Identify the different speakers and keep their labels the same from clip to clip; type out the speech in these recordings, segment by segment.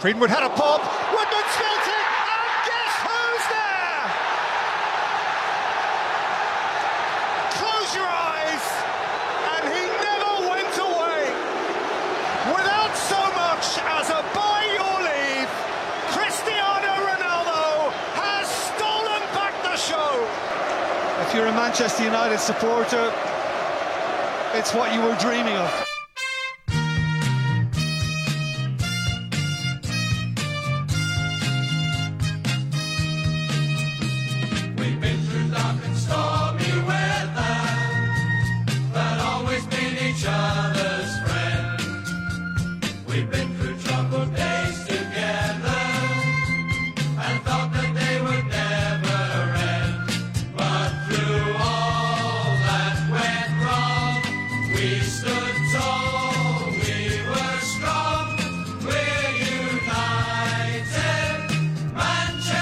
Speaker 1: Greenwood had a pop. Woodman spilt it. And guess who's there? Close your eyes. And he never went away. Without so much as a by your leave, Cristiano Ronaldo has stolen back the show.
Speaker 2: If you're a Manchester United supporter, it's what you were dreaming of.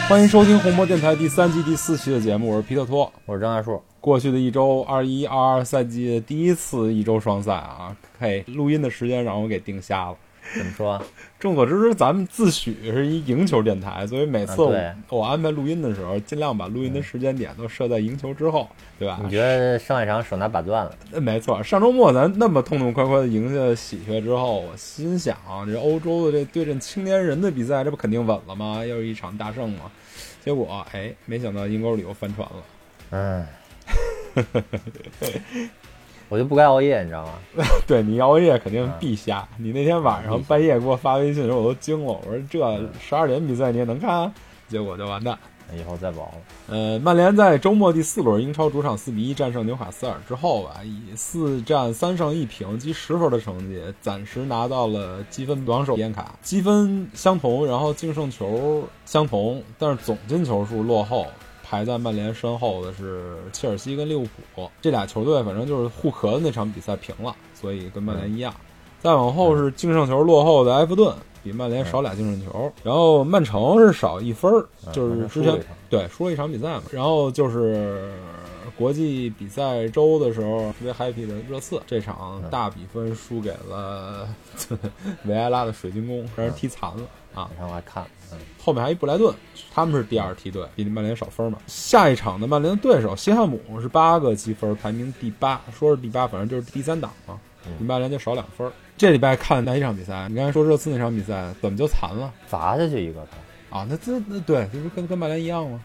Speaker 3: 欢迎收听红魔电台第三季第四期的节目，我是皮特托。
Speaker 4: 我是张大树，
Speaker 3: 过去的一周，二一二二赛季的第一次一周双赛啊，嘿，录音的时间让我给定瞎了。
Speaker 4: 怎么说？
Speaker 3: 众所周知，咱们自诩是一赢球电台，所以每次
Speaker 4: 啊
Speaker 3: 我,、
Speaker 4: 对
Speaker 3: 我安排录音的时候，尽量把录音的时间点都设在赢球之后，对吧
Speaker 4: 你？觉得上一场手拿把攥了？
Speaker 3: 呃没错，上周末咱那么痛痛快快的赢下喜鹊之后，我心想，这欧洲的这对阵青年人的比赛，这不肯定稳了吗？又是一场大胜嘛。结果，哎，没想到阴沟里又翻船了。
Speaker 4: 嗯，我就不该熬夜，你知道吗？
Speaker 3: 对你熬夜肯定必瞎。你那天晚上半夜给我发微信的时候，我都惊了。我说这十二点比赛你也能看、啊？结果就完蛋。
Speaker 4: 以后再不熬了。
Speaker 3: 呃，曼联在周末第四轮英超主场四比一战胜纽卡斯尔之后吧，以四战三胜一平积十分的成绩，暂时拿到了积分榜首烟卡，积分相同，然后净胜球相同，但是总进球数落后。排在曼联身后的是切尔西跟利物浦这俩球队，反正就是互壳的那场比赛平了，所以跟曼联一样。再往后是净胜球落后的埃弗顿，比曼联少俩净胜球，然后曼城是少一分儿，就是之
Speaker 4: 嗯输了
Speaker 3: 前
Speaker 4: 一场
Speaker 3: 对输了一场比赛嘛。然后就是国际比赛周的时候特别 happy 的热刺，这场大比分输给了 维埃拉的水晶宫，让人踢残了啊。
Speaker 4: 晚上我还看了，嗯，
Speaker 3: 后面还一布莱顿，他们是第二梯队，比曼联少分嘛。下一场的曼联的对手西汉姆是八个积分，排名第八，说是第八，反正就是第三档嘛，比曼联就少两分。这礼拜看哪一场比赛？你刚才说热刺那场比赛怎么就残了
Speaker 4: 罚下去一个他，
Speaker 3: 啊？那这那对，这不是跟跟曼联一样吗？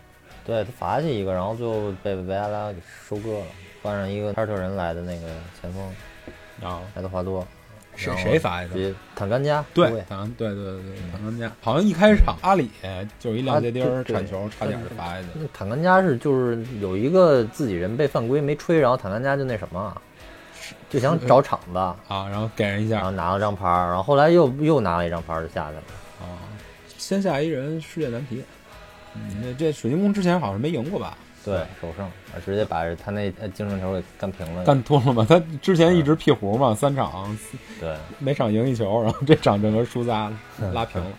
Speaker 4: 对他罚下去一个，然后最后被维埃拉给收割了，换上一个凯尔特人来的那个前锋
Speaker 3: 啊，
Speaker 4: 爱德华多，
Speaker 3: 谁
Speaker 4: 然后
Speaker 3: 谁罚的
Speaker 4: 直？接坦甘加
Speaker 3: 对
Speaker 4: 后卫，
Speaker 3: 好像对对对对，唐甘加好像一开场阿里就是一亮
Speaker 4: 嗯啊
Speaker 3: 接钉儿
Speaker 4: 对对
Speaker 3: 铲球，差点儿罚下去。
Speaker 4: 那坦甘加是就是有一个自己人被犯规没吹，然后坦甘加就那什么，啊就想找场子，
Speaker 3: 啊，然后给人一下
Speaker 4: 然后拿了张牌儿，然后后来又又拿了一张牌儿就下去了。
Speaker 3: 啊，先下一人世界难题。嗯，那这水晶宫之前好像没赢过吧？
Speaker 4: 对，首胜，直接把他那呃净胜球给干平了。
Speaker 3: 干多了嘛，他之前
Speaker 4: 嗯
Speaker 3: 一直屁胡嘛，三场
Speaker 4: 对，
Speaker 3: 每场赢一球，然后这场整个输仨拉平了。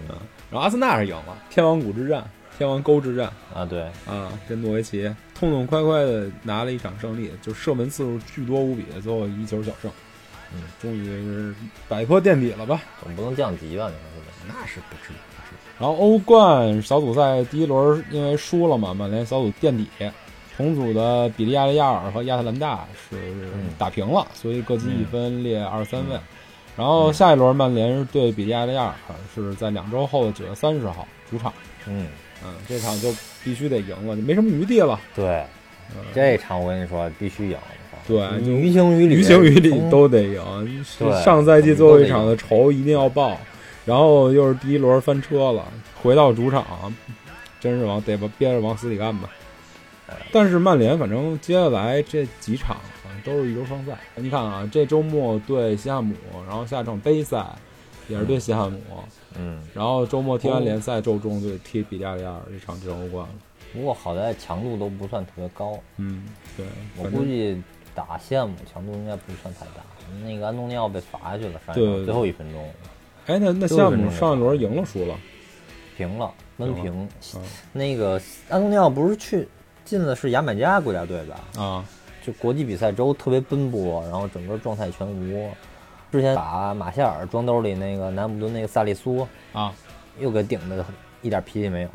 Speaker 3: 嗯，然后阿森纳是赢了，天王谷之战，天王沟之战
Speaker 4: 啊对，
Speaker 3: 啊，跟诺维奇痛痛快快的拿了一场胜利，就射门次数巨多无比，最后一球小胜。嗯，终于是摆脱垫底了吧？
Speaker 4: 总不能降级吧？你说是
Speaker 3: 那是不至于。不至于然后欧冠小组赛第一轮因为输了嘛，曼联小组垫底，同组的比利亚雷亚尔和亚特兰大是打平了，所以各积一分，列二三位。然后下一轮曼联是对比利亚雷亚尔，是在两周后的九月三十号主场，
Speaker 4: 嗯，
Speaker 3: 嗯，这场就必须得赢了，就没什么余地了。
Speaker 4: 对，这场我跟你说必须赢。
Speaker 3: 嗯对就
Speaker 4: 于情于理，
Speaker 3: 于情于理
Speaker 4: 从
Speaker 3: 都得赢。
Speaker 4: 哦对
Speaker 3: 上赛季最后一场的仇一定要报，然后又是第一轮翻车了，回到主场，真是往得把憋着往死里干吧。
Speaker 4: 哎
Speaker 3: 但是曼联反正接下来这几场好像都是一周双赛，你看啊，这周末对西汉姆，然后下一场杯赛也是对西汉姆，
Speaker 4: 嗯，
Speaker 3: 然后周末踢完联赛，周中就踢比利亚雷亚尔这场争欧冠了。
Speaker 4: 不过好在强度都不算特别高，
Speaker 3: 嗯，对，
Speaker 4: 我
Speaker 3: 反
Speaker 4: 估
Speaker 3: 正
Speaker 4: 计打线姆强度应该不算太大。那个安东尼奥被罚下去了，上
Speaker 3: 对
Speaker 4: 一
Speaker 3: 对对
Speaker 4: 场最后一分钟
Speaker 3: 哎，那那西汉姆上一轮赢了输了。
Speaker 4: 平了，闷平
Speaker 3: 嗯。
Speaker 4: 那个安东尼奥不是去进的是牙买加国家队吧？
Speaker 3: 啊，
Speaker 4: 就国际比赛周特别奔波，然后整个状态全无，之前把马夏尔装兜里那个南普敦那个萨利苏
Speaker 3: 啊，
Speaker 4: 又给顶的一点脾气没有，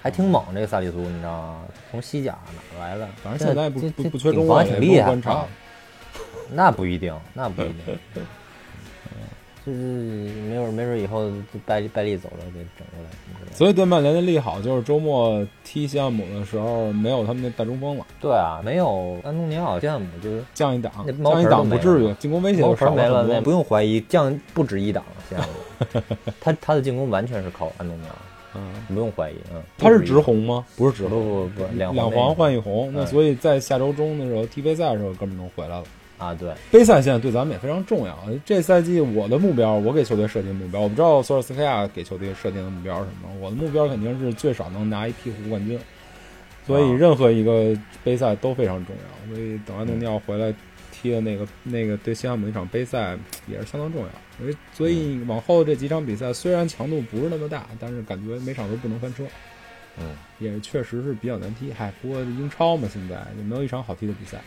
Speaker 4: 还挺猛。这个萨利苏你知道吗？从西甲哪儿来的？
Speaker 3: 反正现在也不
Speaker 4: 这
Speaker 3: 不
Speaker 4: 这
Speaker 3: 不缺
Speaker 4: 顶
Speaker 3: 中
Speaker 4: 防
Speaker 3: 国
Speaker 4: 还
Speaker 3: 人
Speaker 4: 挺
Speaker 3: 也不
Speaker 4: 厉
Speaker 3: 用
Speaker 4: 害
Speaker 3: 观。察
Speaker 4: 啊，那不一定，那不一 定。嗯就是没准没准以后就拜利拜利走了给整过来，你知道吗
Speaker 3: 所以对曼联的利好就是周末踢西汉姆的时候没有他们那大中锋了，
Speaker 4: 对啊，没有安东尼奥、詹姆就是
Speaker 3: 降一档
Speaker 4: 那，猫
Speaker 3: 降一
Speaker 4: 盆儿都
Speaker 3: 档不
Speaker 4: 没了
Speaker 3: 至于，进攻威胁
Speaker 4: 毛
Speaker 3: 就少
Speaker 4: 盆哦没了，
Speaker 3: 很
Speaker 4: 那
Speaker 3: 多
Speaker 4: 不用怀疑，降不止一档了。现在 他他的进攻完全是靠安东尼奥，啊
Speaker 3: 嗯，
Speaker 4: 不用怀疑。嗯，
Speaker 3: 他是直
Speaker 4: 直，
Speaker 3: 红吗？不是直
Speaker 4: 不
Speaker 3: 红，
Speaker 4: 不不，两
Speaker 3: 两
Speaker 4: 黄
Speaker 3: 黄换
Speaker 4: 一
Speaker 3: 一红。那
Speaker 4: 嗯
Speaker 3: 所以在下周中的时候踢杯赛的时候，哥们儿能回来了。
Speaker 4: 啊，对，
Speaker 3: 杯赛现在对咱们也非常重要。这赛季我的目标，我给球队设定目标，我不知道索尔斯克亚给球队设定的目标是什么。我的目标肯定是最少能拿一屁股冠军，所以
Speaker 4: 啊
Speaker 3: 任何一个杯赛都非常重要。所以等安东尼奥回来踢的那个那个对西汉姆那场杯赛也是相当重要。因为所以往后这几场比赛虽然强度不是那么大，但是感觉每场都不能翻车，
Speaker 4: 嗯，
Speaker 3: 也确实是比较难踢。嗨，不过英超嘛，现在也没有一场好踢的比赛。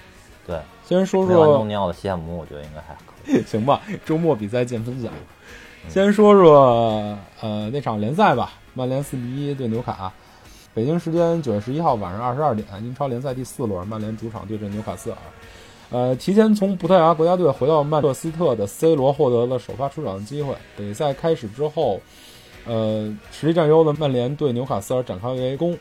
Speaker 4: 对，
Speaker 3: 先说
Speaker 4: 没有安
Speaker 3: 说
Speaker 4: 东尼奥的西汉姆，我觉得应该还可以。
Speaker 3: 行吧，周末比赛见分享。先说说呃那场联赛吧，曼联四比一对纽卡。北京时间九月十一号晚上二十二点，英超联赛第四轮，曼联主场对阵纽卡斯尔。呃，提前从葡萄牙国家队回到曼彻斯特的 C 罗获得了首发出场的机会。比赛开始之后，呃，实力占优的曼联对纽卡斯尔展开围攻，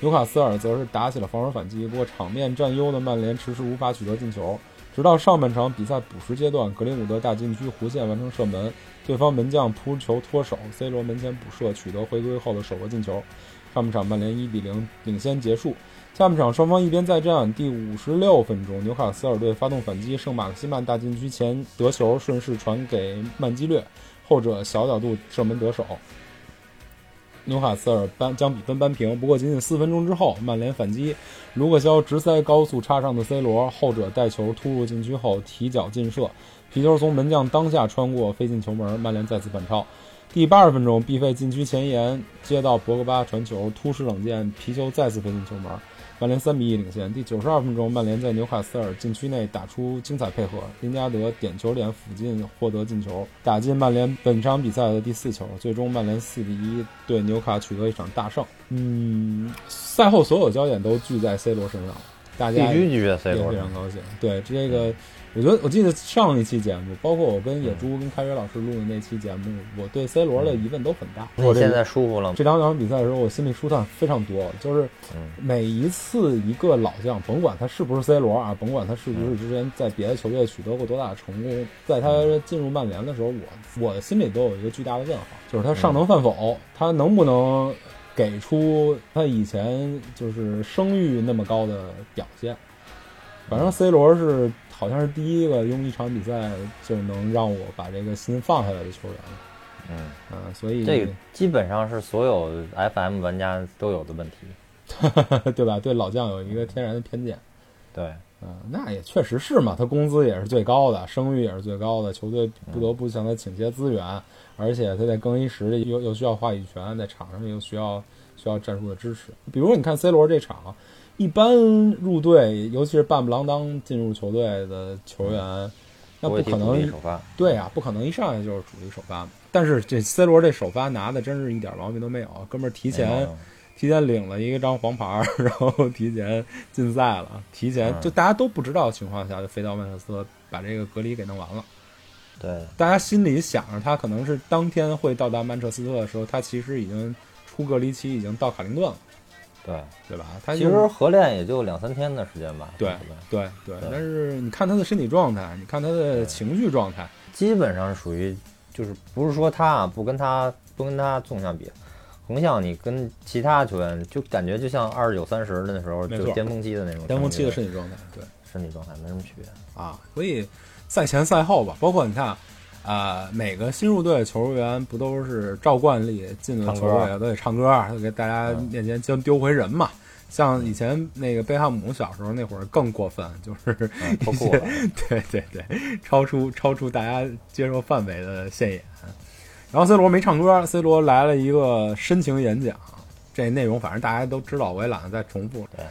Speaker 3: 纽卡斯尔则是打起了防守反击，不过场面占优的曼联迟迟无法取得进球。直到上半场比赛补时阶段，格林伍德大禁区弧线完成射门，对方门将扑球脱手，C 罗门前补射取得回归后的首个进球。上半场曼联一比零领先结束。下半场双方一边再战，第五十六分钟，纽卡斯尔队发动反击，圣马克西曼大禁区前得球，顺势传给曼基略，后者小角度射门得手。纽卡斯尔扳将比分扳平，不过仅仅四分钟之后，曼联反击，卢克肖直塞高速插上的 C 罗，后者带球突入禁区后提脚劲射，皮球从门将当下穿过飞进球门，曼联再次反超。第八十分钟，必费禁区前沿接到博格巴传球，突施冷箭，皮球再次飞进球门，曼联三比一领先。第九十二分钟，曼联在纽卡斯尔禁区内打出精彩配合，林加德点球点附近获得进球，打进曼联本场比赛的第四球，最终曼联四比一对纽卡取得一场大胜。嗯，赛后所有焦点都聚在 C 罗身上，大家
Speaker 4: 必须拒绝
Speaker 3: 也
Speaker 4: C 罗
Speaker 3: 非，常高兴。对这个，我觉得我记得上一期节目，包括我跟野
Speaker 4: 嗯
Speaker 3: 猪、跟开水老师录的那期节目，我对 C 罗的疑问都很大。
Speaker 4: 那你
Speaker 3: 这
Speaker 4: 嗯现在舒服了吗？
Speaker 3: 这两场比赛的时候，我心里舒坦非常多。就是
Speaker 4: 嗯
Speaker 3: 每一次一个老将，甭管他是不是 C 罗啊，甭管他是
Speaker 4: 嗯
Speaker 3: 不是之前在别的球队取得过多大的成功，在他
Speaker 4: 嗯
Speaker 3: 进入曼联的时候，我我心里都有一个巨大的问号，就是
Speaker 4: 嗯
Speaker 3: 他上能犯否，他能不能给出他以前就是声誉那么高的表现。反
Speaker 4: 嗯
Speaker 3: 正 C 罗是好像是第一个用一场比赛就能让我把这个心放下来的球员了，
Speaker 4: 嗯，
Speaker 3: 嗯、所以
Speaker 4: 这个基本上是所有 FM 玩家都有的问题。
Speaker 3: 对吧？对老将有一个天然的偏见。
Speaker 4: 对，
Speaker 3: 嗯、那也确实是嘛，他工资也是最高的，声誉也是最高的，球队不得不向他请些资源，而且他在更衣室里又又需要话语权，在场上又需要需要战术的支持。比如你看 C 罗这场，一般入队，尤其是半不啷当进入球队的球员，那
Speaker 4: 我
Speaker 3: 不
Speaker 4: 也替
Speaker 3: 可
Speaker 4: 主力
Speaker 3: 能
Speaker 4: 首发。
Speaker 3: 对啊，不可能一上来就是主力首发嘛。但是这 C 罗这首发拿的真是一点毛病都没有，哥们儿提前、
Speaker 4: 没毛病
Speaker 3: 提前领了一个张黄牌儿， 然后提前禁赛了，提前
Speaker 4: 嗯
Speaker 3: 就大家都不知道的情况下就飞到曼彻斯特把这个隔离给弄完了。
Speaker 4: 对，
Speaker 3: 大家心里想着他可能是当天会到达曼彻斯特的时候，他其实已经出隔离期，已经到卡灵顿了，
Speaker 4: 对，
Speaker 3: 对吧？他
Speaker 4: 其
Speaker 3: 就
Speaker 4: 实合练也就两三天的时间吧。
Speaker 3: 对
Speaker 4: 可能
Speaker 3: 对对
Speaker 4: 对，
Speaker 3: 但是你看他的身体状态，你看他的情绪状态，
Speaker 4: 基本上是属于就是不是说他啊不跟他不跟他纵向比，横向你跟其他球员就感觉就像二十九三十的那时候
Speaker 3: 没
Speaker 4: 就
Speaker 3: 错
Speaker 4: 巅峰期的那种
Speaker 3: 巅峰期的
Speaker 4: 身
Speaker 3: 身体状态，对。
Speaker 4: 身体状态没什么区别。
Speaker 3: 啊，所以赛前赛后吧，包括你看，啊、每个新入队的球员不都是照惯例进了
Speaker 4: 唱
Speaker 3: 球
Speaker 4: 歌啊嗯
Speaker 3: 队都得唱歌，啊都给大家面前先丢回人嘛。像以前那个贝汉姆小时候那会儿更过分，就是
Speaker 4: 嗯包
Speaker 3: 一些、
Speaker 4: 括我
Speaker 3: 对对对，超出超出大家接受范围的现眼。然后 C 罗没唱歌，C 罗来了一个深情演讲，这内容反正大家都知道，我也懒得再重复了
Speaker 4: 对。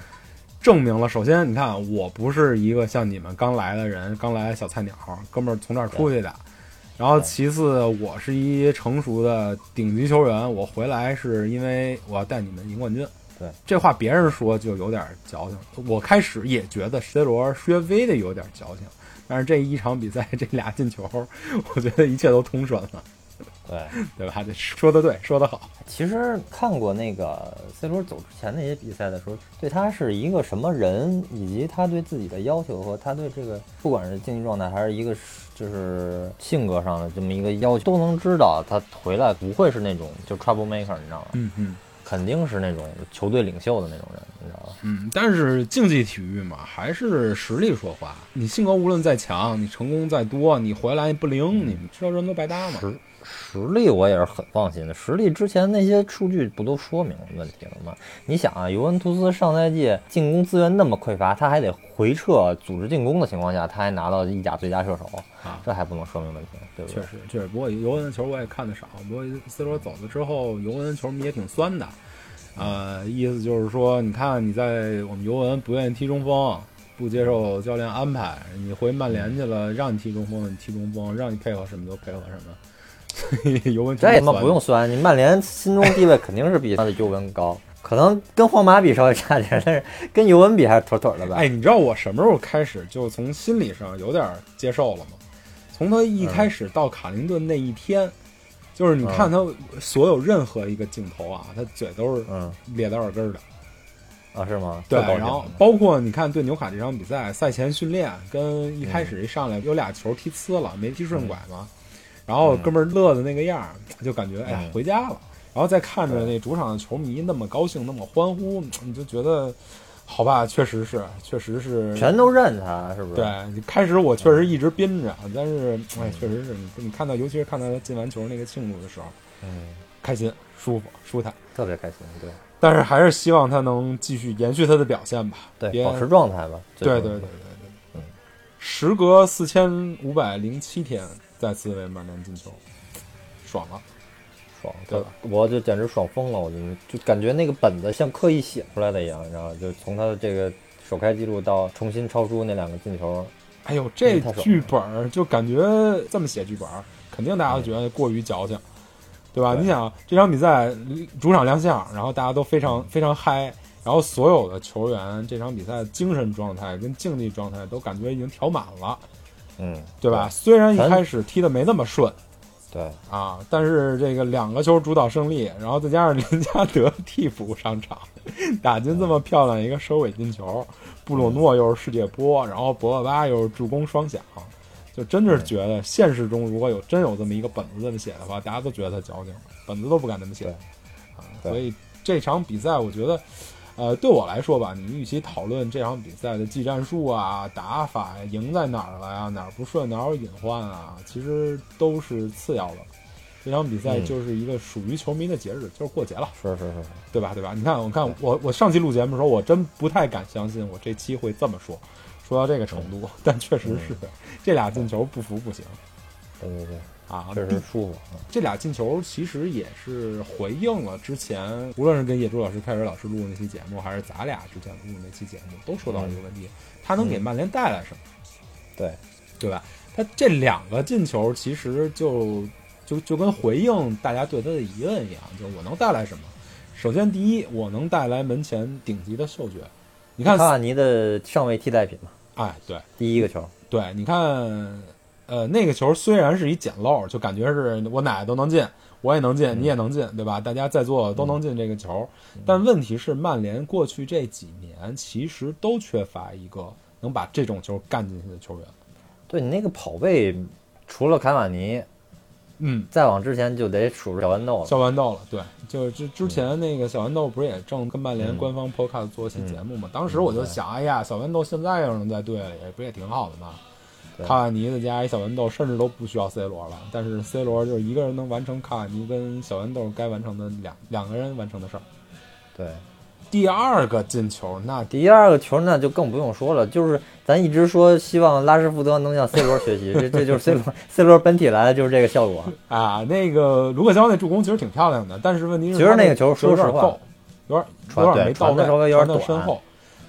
Speaker 3: 证明了，首先你看，我不是一个像你们刚来的人，刚来的小菜鸟，哥们儿从这儿出去的。然后其次，我是一成熟的顶级球员，我回来是因为我要带你们赢冠军。
Speaker 4: 对，
Speaker 3: 这话别人说就有点矫情。我开始也觉得 C 罗稍微的有点矫情，但是这一场比赛这俩进球，我觉得一切都通顺了，
Speaker 4: 对，
Speaker 3: 对吧？这说的对，说的好。
Speaker 4: 其实看过那个 C 罗走之前那些比赛的时候，对他是一个什么人，以及他对自己的要求和他对这个不管是竞技状态还是一个就是性格上的这么一个要求，都能知道他回来不会是那种就 trouble maker，你知道吗？
Speaker 3: 嗯嗯
Speaker 4: 肯定是那种球队领袖的那种人，你知道吗？
Speaker 3: 嗯。但是竞技体育嘛，还是实力说话。你性格无论再强，你成功再多，你回来不灵，你知道这么多白搭吗？
Speaker 4: 实实力我也是很放心的，实力之前那些数据不都说明问题了吗？你想啊，尤文图斯上赛季进攻资源那么匮乏，他还得回撤组织进攻的情况下，他还拿到意甲最佳射手，
Speaker 3: 啊
Speaker 4: 这还不能说明问题，对不
Speaker 3: 确
Speaker 4: 对？
Speaker 3: 实，确实。不过尤文的球我也看得少，不过 C 罗走了之后，尤文球迷也挺酸的。呃，意思就是说，你看你在我们尤文不愿意踢中锋，不接受教练安排，你回曼联去了，让你踢中锋，你踢中锋，让你配合什么就配合什么。 所以尤文球迷
Speaker 4: 这
Speaker 3: 酸
Speaker 4: 他妈不 用酸，你曼联心中地位肯定是比他的尤文高，可能跟皇马比稍微差点，但是跟尤文比还是妥妥的吧。
Speaker 3: 哎，你知道我什么时候开始就从心理上有点接受了吗？从他一开始到卡林顿那一
Speaker 4: 嗯
Speaker 3: 天，就是你看他所有任何一个镜头啊，他嘴都是
Speaker 4: 嗯
Speaker 3: 咧到耳根儿的。
Speaker 4: 啊，是吗？
Speaker 3: 对，
Speaker 4: 这高兴
Speaker 3: 然后
Speaker 4: 了
Speaker 3: 包括你看对纽卡这场比赛，赛前训练跟一开始一上来有俩球踢呲了，没踢顺拐嘛，然后哥们儿乐的那个样儿，就感觉哎呀
Speaker 4: 嗯
Speaker 3: 回家了，然后再看着那主场的球迷那么高兴那么欢呼，你就觉得好吧，确实是，确实是。
Speaker 4: 全都认他，是不是？
Speaker 3: 对，开始我确实一直憋着，但是哎，确实是你你看到，尤其是看到他进完球那个庆祝的时候，
Speaker 4: 嗯，
Speaker 3: 开心、舒服、舒坦。
Speaker 4: 特别开心，对
Speaker 3: 但是还是希望他能继续延续他的表现吧，别
Speaker 4: 对，保持状态吧。最
Speaker 3: 对
Speaker 4: 重
Speaker 3: 对对对
Speaker 4: 要的
Speaker 3: 对，
Speaker 4: 嗯
Speaker 3: 时隔四千五百零七天，再次为曼联进球，爽了。
Speaker 4: 爽，
Speaker 3: 对吧？
Speaker 4: 我就简直爽疯了，我就就感觉那个本子像刻意写出来的一样，你知道吗？就从他的这个首开纪录到重新超出那两个进球，
Speaker 3: 哎呦，这
Speaker 4: 嗯太爽了
Speaker 3: 剧本儿就感觉这么写剧本儿，肯定大家都觉得过于矫情，对吧？
Speaker 4: 嗯对
Speaker 3: 你想这场比赛主场亮相，然后大家都非
Speaker 4: 嗯
Speaker 3: 常非常嗨，然后所有的球员这场比赛精神状态跟竞技状态都感觉已经调满了，
Speaker 4: 嗯，
Speaker 3: 对吧？虽然一
Speaker 4: 咱
Speaker 3: 开始踢的没那么顺，
Speaker 4: 对？
Speaker 3: 啊，但是这个两个球主导胜利，然后再加上林加德替补上场，打进这么漂亮一个收尾进球，布鲁诺又是世界波，然后博格巴又是助攻双响，就真是觉得现实中如果有真有这么一个本子这么写的话，大家都觉得他矫情，本子都不敢这么写
Speaker 4: 对
Speaker 3: 啊。
Speaker 4: 对
Speaker 3: 所以这场比赛，我觉得。呃，对我来说吧，你与其讨论这场比赛的技战术啊、打法呀、赢在哪儿了呀、哪儿不顺、哪儿有隐患啊，其实都是次要的。这场比赛
Speaker 4: 嗯
Speaker 3: 就是一个属于球迷的节日，就是过节了，
Speaker 4: 是是是，是
Speaker 3: 对吧？对吧？你看，我看我我上期录节目的时候，我真不太敢相信我这期会这么说，说到这个程
Speaker 4: 嗯
Speaker 3: 度， 但确实是这俩进球不服不行
Speaker 4: 对对对，
Speaker 3: 啊！
Speaker 4: 确
Speaker 3: 毕
Speaker 4: 实舒服。嗯
Speaker 3: 这俩进球其实也是回应了之前，无论是跟野猪老师、开水老师录那期节目，还是咱俩之前录那期节目，都说到这个问题，
Speaker 4: 嗯
Speaker 3: 他能给曼联带来什么，
Speaker 4: 对，
Speaker 3: 对吧？他这两个进球其实就就就跟回应大家对他的疑问一样，就是我能带来什么？首先，第一，我能带来门前顶级的嗅觉。你看
Speaker 4: 卡，瓦尼的上位替代品嘛，
Speaker 3: 哎，对
Speaker 4: 第一个球，
Speaker 3: 对，你看，呃，那个球虽然是一捡漏，就感觉是我奶奶都能进，我也能进，你也能进，对吧？大家在座都能进这个球，但问题是，曼联过去这几年其实都缺乏一个能把这种球干进去的球员。
Speaker 4: 对你那个跑位，除了卡瓦尼，
Speaker 3: 嗯，
Speaker 4: 再往之前就得数小豌豆了。
Speaker 3: 小豌豆了，对，就是之之前那个小豌豆不是也正跟曼联官方 podcast 做期节目嘛？当时我就想，哎呀，小豌豆现在要是能在队里，不也挺好的吗？
Speaker 4: 对
Speaker 3: 卡瓦尼再加一小豌豆，甚至都不需要 C 罗了。但是 C 罗就是一个人能完成卡瓦尼跟小豌豆该完成的两两个人完成的事儿。
Speaker 4: 对，
Speaker 3: 第二个进球，那
Speaker 4: 第二个球那就更不用说了，就是咱一直说希望拉什福德能向 C 罗学习，这这就是 C 罗 C 罗本体来的就是这个效果。
Speaker 3: 啊，那个卢克肖那助攻其实挺漂亮的，但是问题是
Speaker 4: 其实
Speaker 3: 他
Speaker 4: 那个球
Speaker 3: 球有
Speaker 4: 说实
Speaker 3: 点
Speaker 4: 话
Speaker 3: 够，有点
Speaker 4: 传
Speaker 3: 有点
Speaker 4: 对
Speaker 3: 没到
Speaker 4: 传得
Speaker 3: 位，
Speaker 4: 稍微有
Speaker 3: 传到
Speaker 4: 点短啊嗯
Speaker 3: 身后。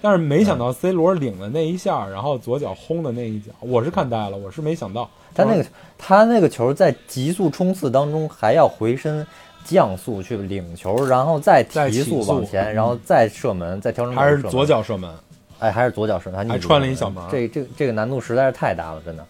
Speaker 3: 但是没想到 C 罗领的那一下，然后左脚轰的那一脚，我是看呆了，我是没想到。
Speaker 4: 他那个他那个球在急速冲刺当中还要回身降速去领球，然后再
Speaker 3: 再起
Speaker 4: 提速
Speaker 3: 速
Speaker 4: 往前，
Speaker 3: 嗯
Speaker 4: 然后再射门，再调整
Speaker 3: 啊还是
Speaker 4: 射门
Speaker 3: 左，脚射门，
Speaker 4: 哎，还是左脚射门，还逆
Speaker 3: 还
Speaker 4: 足
Speaker 3: 穿了
Speaker 4: 射
Speaker 3: 一小
Speaker 4: 门
Speaker 3: 门
Speaker 4: 这这这个难度实在是太大了，真的。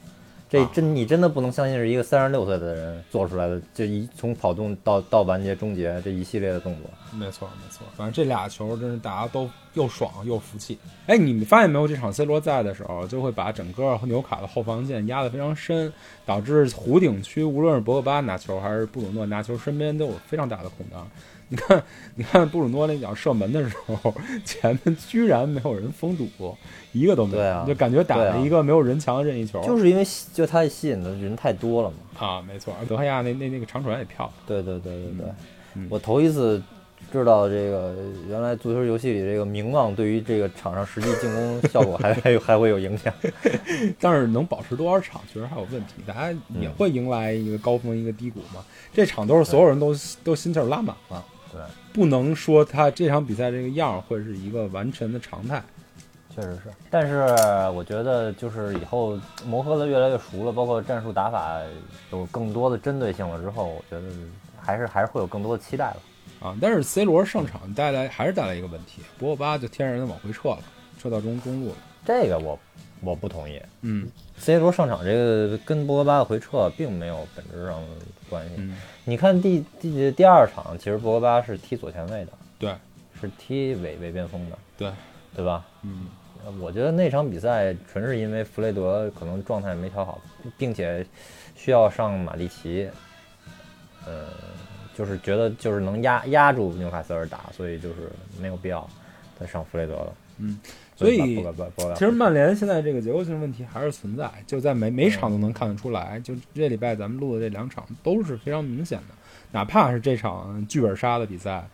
Speaker 4: 这
Speaker 3: 啊
Speaker 4: 真你真的不能相信是一个三十六岁的人做出来的，这一从跑动到到完结终结这一系列的动作，
Speaker 3: 没错没错。反正这俩球真是大家都又爽又服气。哎，你们发现没有？这场 C 罗在的时候，就会把整个纽卡的后防线压得非常深，导致弧顶区无论是博格巴拿球还是布鲁诺拿球，身边都有非常大的空档。你看，你看布鲁诺那脚射门的时候，前面居然没有人封堵，一个都没有，
Speaker 4: 对啊
Speaker 3: 你就感觉打
Speaker 4: 对
Speaker 3: 了
Speaker 4: 啊
Speaker 3: 一个没有人墙的任意球。
Speaker 4: 就是因为吸就他吸引的人太多了嘛。
Speaker 3: 啊，没错，德赫亚那那那个长传也漂亮。
Speaker 4: 对对对对对，
Speaker 3: 嗯
Speaker 4: 我头一次知道这个原来足球游戏里这个名望对于这个场上实际进攻效果还 还有还会有影响。
Speaker 3: 但是能保持多少场，确实还有问题。大家也会迎来一个高峰，一个低谷嘛。这场都是所有人都都心气儿拉满了，
Speaker 4: 对，
Speaker 3: 不能说他这场比赛这个样儿会是一个完全的常态。
Speaker 4: 确实是。但是我觉得就是以后磨合的越来越熟了，包括战术打法有更多的针对性了之后，我觉得还是还是会有更多的期待了。
Speaker 3: 啊，但是 C 罗上场带来还是带来一个问题，博格巴就天然的往回撤了，撤到中中路了。
Speaker 4: 这个我我不同意。
Speaker 3: 嗯
Speaker 4: C 罗上场这个跟博格巴的回撤并没有本质上的关系。
Speaker 3: 嗯，
Speaker 4: 你看第第第二场，其实博格巴是踢左前卫的，
Speaker 3: 对
Speaker 4: 是踢伪伪边锋的，
Speaker 3: 对，
Speaker 4: 对吧？
Speaker 3: 嗯
Speaker 4: 呃我觉得那场比赛纯是因为弗雷德可能状态没调好，并且需要上马蒂奇，呃，就是觉得就是能压压住纽卡斯尔打，所以就是没有必要再上弗雷德了。
Speaker 3: 嗯，所以
Speaker 4: 把博格巴博格巴
Speaker 3: 其实曼联现在这个结构性问题还是存在，就在每每场都能看得出来。就这礼拜咱们录的这两场都是非常明显的，哪怕是这场剧本杀的比赛，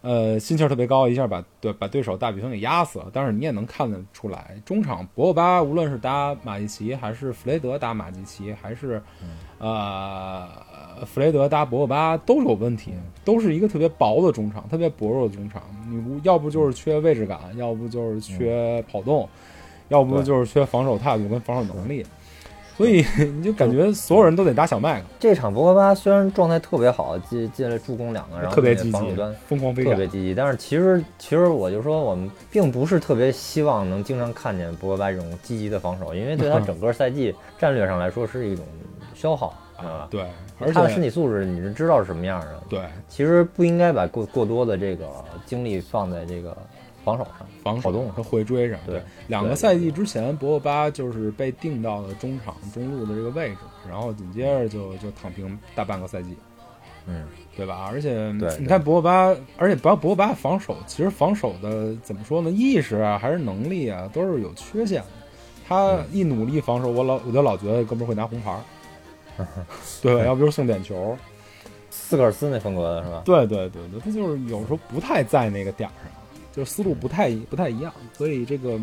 Speaker 3: 呃，心气儿特别高，一下把对把对手大比分给压死了。但是你也能看得出来，中场博格巴无论是打马蒂奇，还是弗雷德打马蒂奇，还是呃弗雷德搭博格巴都是有问题，都是一个特别薄的中场，特别薄弱的中场。你无要不就是缺位置感，要不就是缺跑动，要不
Speaker 4: 对
Speaker 3: 就是缺防守态度跟防守能力。所以你就感觉所有人都得打小麦克，
Speaker 4: 这场博格巴虽然状态特别好，进进来助攻两个，然后
Speaker 3: 特别
Speaker 4: 那个
Speaker 3: 积
Speaker 4: 防守
Speaker 3: 极
Speaker 4: 端，
Speaker 3: 疯狂飞
Speaker 4: 特别
Speaker 3: 斩。
Speaker 4: 积极，但是其实其实我就说，我们并不是特别希望能经常看见博格巴这种积极的防守，因为对 他整个赛季战略上来说是一种消耗，知道吧？
Speaker 3: 啊对，而
Speaker 4: 他的身
Speaker 3: 且
Speaker 4: 体素质你是知道是什么样的，
Speaker 3: 对
Speaker 4: 其实不应该把过过多的这个精力放在这个防守上，
Speaker 3: 防
Speaker 4: 跑
Speaker 3: 守
Speaker 4: 动
Speaker 3: 和回追上。
Speaker 4: 对对
Speaker 3: 两个
Speaker 4: 对
Speaker 3: 赛季之前，博格巴就是被定到了中场中路的这个位置，然后紧接着就就躺平大半个赛季。
Speaker 4: 嗯，
Speaker 3: 对吧？而且
Speaker 4: 对对
Speaker 3: 你看博格巴，而且博博格巴防守，其实防守的怎么说呢？意识啊，还是能力啊，都是有缺陷的。他
Speaker 4: 嗯
Speaker 3: 一努力防守，我老我就老觉得哥们儿会拿红牌 儿，对吧？要不就是送点球，
Speaker 4: 斯科尔斯那风格的是吧？
Speaker 3: 对对对对，他就是有时候不太在那个点儿上，就是思路不太一不太一样，所以这个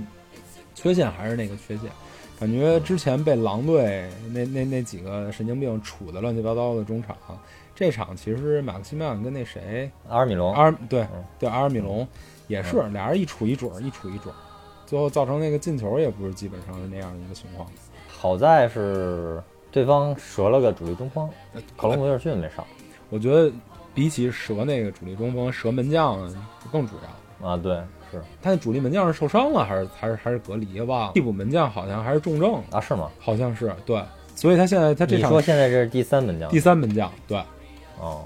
Speaker 3: 缺陷还是那个缺陷。感觉之前被狼队那那那几个神经病杵的乱七八糟的中场，这场其实马克西曼跟那谁
Speaker 4: 阿尔米隆，
Speaker 3: 阿尔对
Speaker 4: 嗯
Speaker 3: 对阿尔米隆也是，俩人一杵一准儿，一杵一准儿，最后造成那个进球也不是基本上是那样的一个情况。
Speaker 4: 好在是对方折了个主力中锋，
Speaker 3: 呃
Speaker 4: 克隆威尔逊没上
Speaker 3: 我觉得比起折那个主力中锋，折门将更主要。
Speaker 4: 啊，对，是
Speaker 3: 他的主力门将是受伤了，还是还是还是隔离吧？替补门将好像还是重症了，
Speaker 4: 啊，是吗？
Speaker 3: 好像是对，所以他现在他这
Speaker 4: 你
Speaker 3: 场
Speaker 4: 说现在这是第三门将
Speaker 3: 第三门将对，
Speaker 4: 哦。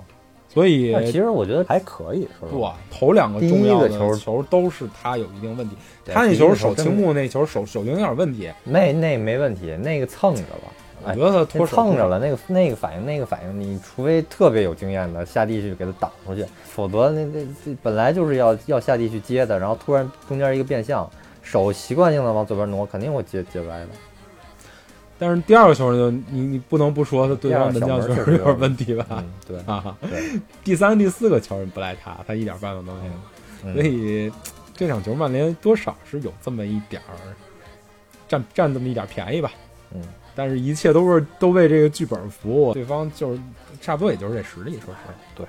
Speaker 3: 所以
Speaker 4: 但其实我觉得还可以，说实
Speaker 3: 不
Speaker 4: 话
Speaker 3: 啊，头两个重要的
Speaker 4: 第一个球
Speaker 3: 球都是他有一定问题，
Speaker 4: 对
Speaker 3: 他
Speaker 4: 第
Speaker 3: 那
Speaker 4: 一个
Speaker 3: 球
Speaker 4: 球
Speaker 3: 手
Speaker 4: 真
Speaker 3: 青木那球手手型有点问题，
Speaker 4: 那那没问题，那个蹭着了，
Speaker 3: 我
Speaker 4: 哎
Speaker 3: 觉，得他脱
Speaker 4: 那
Speaker 3: 手
Speaker 4: 蹭着了，那个那个反应，那个反应，你除非特别有经验的下地去给他挡出去，否则那那这本来就是要要下地去接的，然后突然中间一个变向，手习惯性的往左边挪，肯定会接接歪的。
Speaker 3: 但是第二个球就你你不能不说他对方门将确实有点问题吧？
Speaker 4: 嗯，对
Speaker 3: 啊，
Speaker 4: 对，
Speaker 3: 第三、第四个球你不赖他，他一点办法都没有。
Speaker 4: 嗯
Speaker 3: 所以这场球曼联多少是有这么一点儿占占这么一点儿便宜吧。
Speaker 4: 嗯，
Speaker 3: 但是一切都是都为这个剧本服务，对方就是差不多也就是这实力，说实话。
Speaker 4: 嗯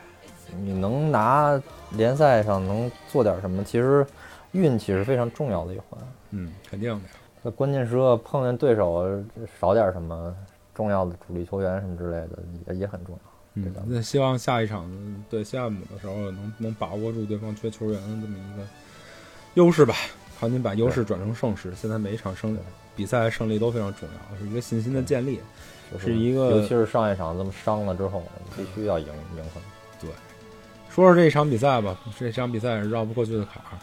Speaker 4: 你能拿联赛上能做点什么，其实运气是非常重要的一环。
Speaker 3: 嗯，肯定的。
Speaker 4: 那关键时刻碰见对手少点什么重要的主力球员什么之类的，也也很重要。
Speaker 3: 嗯
Speaker 4: 对的，
Speaker 3: 那希望下一场对西汉姆的时候能能把握住对方缺球员的这么一个优势吧，赶紧把优势转成胜势。现在每一场胜比赛胜利都非常重要，是一个信心的建立。
Speaker 4: 就是
Speaker 3: 一个
Speaker 4: 尤其是上一场这么伤了之后，必须要赢赢回来。
Speaker 3: 说说这一场比赛吧，这场比赛是绕不过去的坎儿。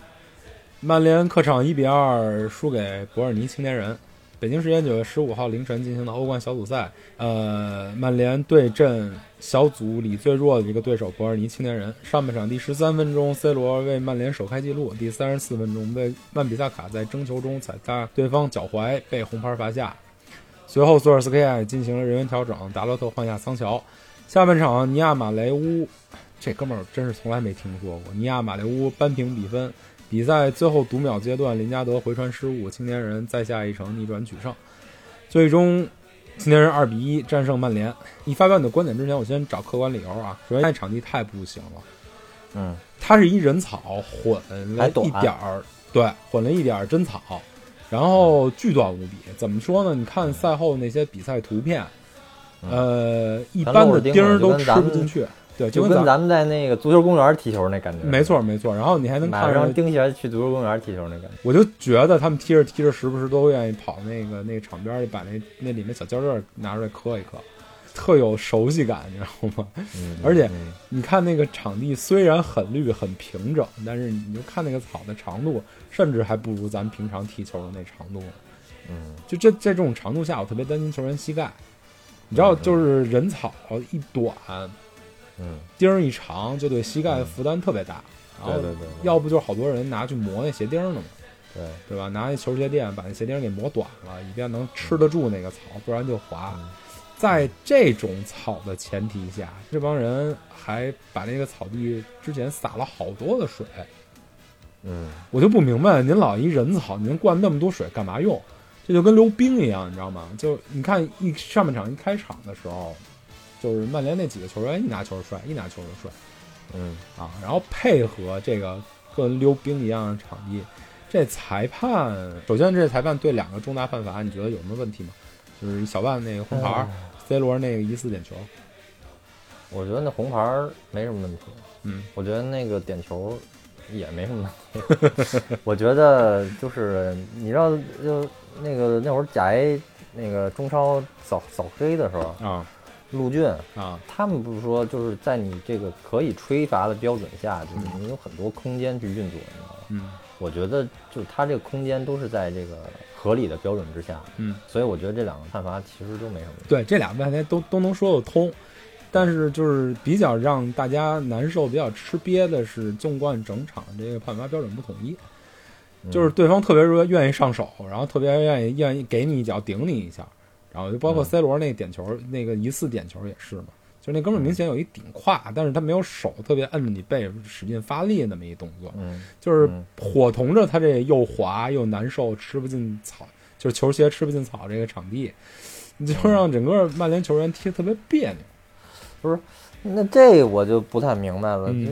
Speaker 3: 曼联客场一比二输给伯尔尼青年人。北京时间九月十五号凌晨进行的欧冠小组赛，呃，曼联对阵小组里最弱的一个对手伯尔尼青年人。上半场第十三分钟，C 罗为曼联首开纪录，第三十四分钟被曼比萨卡在争球中踩踏对方脚踝，被红牌罚下。随后，索尔斯克亚也进行了人员调整，达洛特换下桑乔。下半场，尼亚马雷乌这哥们儿真是从来没听说过。尼亚马雷乌扳平比分，比赛最后读秒阶段，林加德回传失误，青年人再下一城逆转取胜，最终青年人二比一战胜曼联。你发表你的观点之前，我先找客观理由啊。首先，那场地太不行了，
Speaker 4: 嗯，
Speaker 3: 它是一人草混了
Speaker 4: 还短
Speaker 3: 一点儿，对，混了一点儿真草，然后巨短无比。怎么说呢？你看赛后那些比赛图片，
Speaker 4: 嗯
Speaker 3: 呃，一般的钉儿都吃不进去，对，
Speaker 4: 就
Speaker 3: 跟
Speaker 4: 跟咱们在那个足球公园踢球那感觉，
Speaker 3: 没，错没错。然后你还能
Speaker 4: 马
Speaker 3: 看
Speaker 4: 上
Speaker 3: 上，
Speaker 4: 钉鞋去足球公园踢球那感觉。
Speaker 3: 我就觉得他们踢着踢着，时不时都愿意跑那个那个场边儿里，把那那里面小胶卷拿出来磕一磕，特有熟悉感，你知道吗？
Speaker 4: 嗯，
Speaker 3: 而且
Speaker 4: 嗯
Speaker 3: 你看那个场地虽然很绿很平整，但是你就看那个草的长度，甚至还不如咱们平常踢球的那长度。
Speaker 4: 嗯，
Speaker 3: 就这在这种长度下，我特别担心球员膝盖。你知道，就是人草一短，
Speaker 4: 嗯，
Speaker 3: 钉儿一长，就对膝盖的负担特别大。然后
Speaker 4: 对对对对嗯
Speaker 3: 要不就是好多人拿去磨那鞋钉儿呢嘛，
Speaker 4: 对，
Speaker 3: 对吧？拿那球鞋垫把那鞋钉儿给磨短了，以便能吃得住那个草，不然就滑。
Speaker 4: 嗯
Speaker 3: 在这种草的前提下，这帮人还把那个草地之前撒了好多的水，
Speaker 4: 嗯，
Speaker 3: 我就不明白，您老一人草，您灌那么多水干嘛用？这就跟溜冰一样，你知道吗？就你看一上半场一开场的时候，就是曼联那几个球员一拿球就摔，一拿球就摔
Speaker 4: 嗯，
Speaker 3: 啊，然后配合这个跟溜冰一样的场地，这裁判首先这裁判对两个重大判罚，你觉得有什么问题吗？就是小万那个红牌、
Speaker 4: 哎
Speaker 3: c 罗那个疑似点球，
Speaker 4: 我觉得那红牌儿没什么问题。
Speaker 3: 嗯，
Speaker 4: 我觉得那个点球也没什么 问题。我觉得就是你知道，就那个那会儿甲 A 那个中超扫扫黑的时候，
Speaker 3: 啊
Speaker 4: 陆俊
Speaker 3: 啊，
Speaker 4: 他们不是说就是在你这个可以吹罚的标准下，就是你有很多空间去运作，你知道吗？
Speaker 3: 嗯
Speaker 4: 我觉得就他这个空间都是在这个合理的标准之下，
Speaker 3: 嗯。
Speaker 4: 所以我觉得这两个判罚其实都没什么问题。
Speaker 3: 对，这俩半天都都能说得通，但是就是比较让大家难受、比较吃瘪的是，纵观整场这个判罚标准不统一，就是对方特别愿愿意上手，然后特别愿意愿意给你一脚顶你一下，然后就包括
Speaker 4: 嗯
Speaker 3: C 罗那个点球，那个疑似点球也是嘛，就那哥们儿明显有一顶胯，但是他没有手特别摁着你背使劲发力那么一动作，
Speaker 4: 嗯
Speaker 3: 就是
Speaker 4: 嗯
Speaker 3: 伙同着他这又滑又难受，吃不进草，就是球鞋吃不进草这个场地，你就让整个曼联球员踢得特别别扭。
Speaker 4: 那这我就不太明白了，
Speaker 3: 嗯
Speaker 4: 就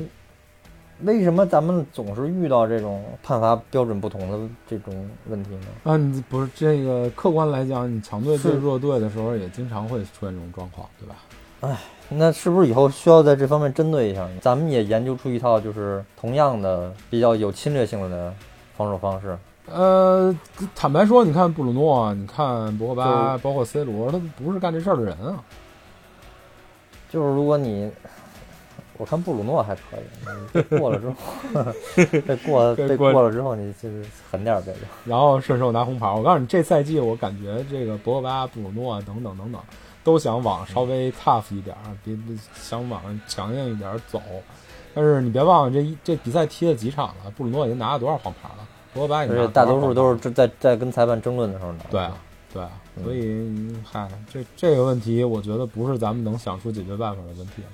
Speaker 4: 为什么咱们总是遇到这种判罚标准不同的这种问题呢？
Speaker 3: 啊，你不是这个客观来讲，你强队对
Speaker 4: 是
Speaker 3: 弱队的时候也经常会出现这种状况，对吧？
Speaker 4: 那是不是以后需要在这方面针对一下？咱们也研究出一套就是同样的比较有侵略性的防守方式。
Speaker 3: 呃，坦白说，你看布鲁诺，你看博格巴，
Speaker 4: 就
Speaker 3: 包括 C 罗，他们不是干这事儿的人啊。
Speaker 4: 就是如果你，我看布鲁诺还可以，你过了之后， 被过
Speaker 3: 被
Speaker 4: 被
Speaker 3: 过
Speaker 4: 过了之后，你就是狠点儿呗。
Speaker 3: 然后顺手拿红牌。我告诉你，这赛季我感觉这个博格巴、布鲁诺啊等等等等，都想往稍微 tough 一点儿，别别想往强硬一点儿走。但是你别忘了，这一这比赛踢了几场了，布鲁诺已经拿了多少黄牌了？博格巴也
Speaker 4: 就
Speaker 3: 拿
Speaker 4: 是
Speaker 3: 了
Speaker 4: 大多数都
Speaker 3: 是
Speaker 4: 是这在在跟裁判争论的时候拿。
Speaker 3: 对啊，对啊，所以嗯嗨，这这个问题，我觉得不是咱们能想出解决办法的问题。啊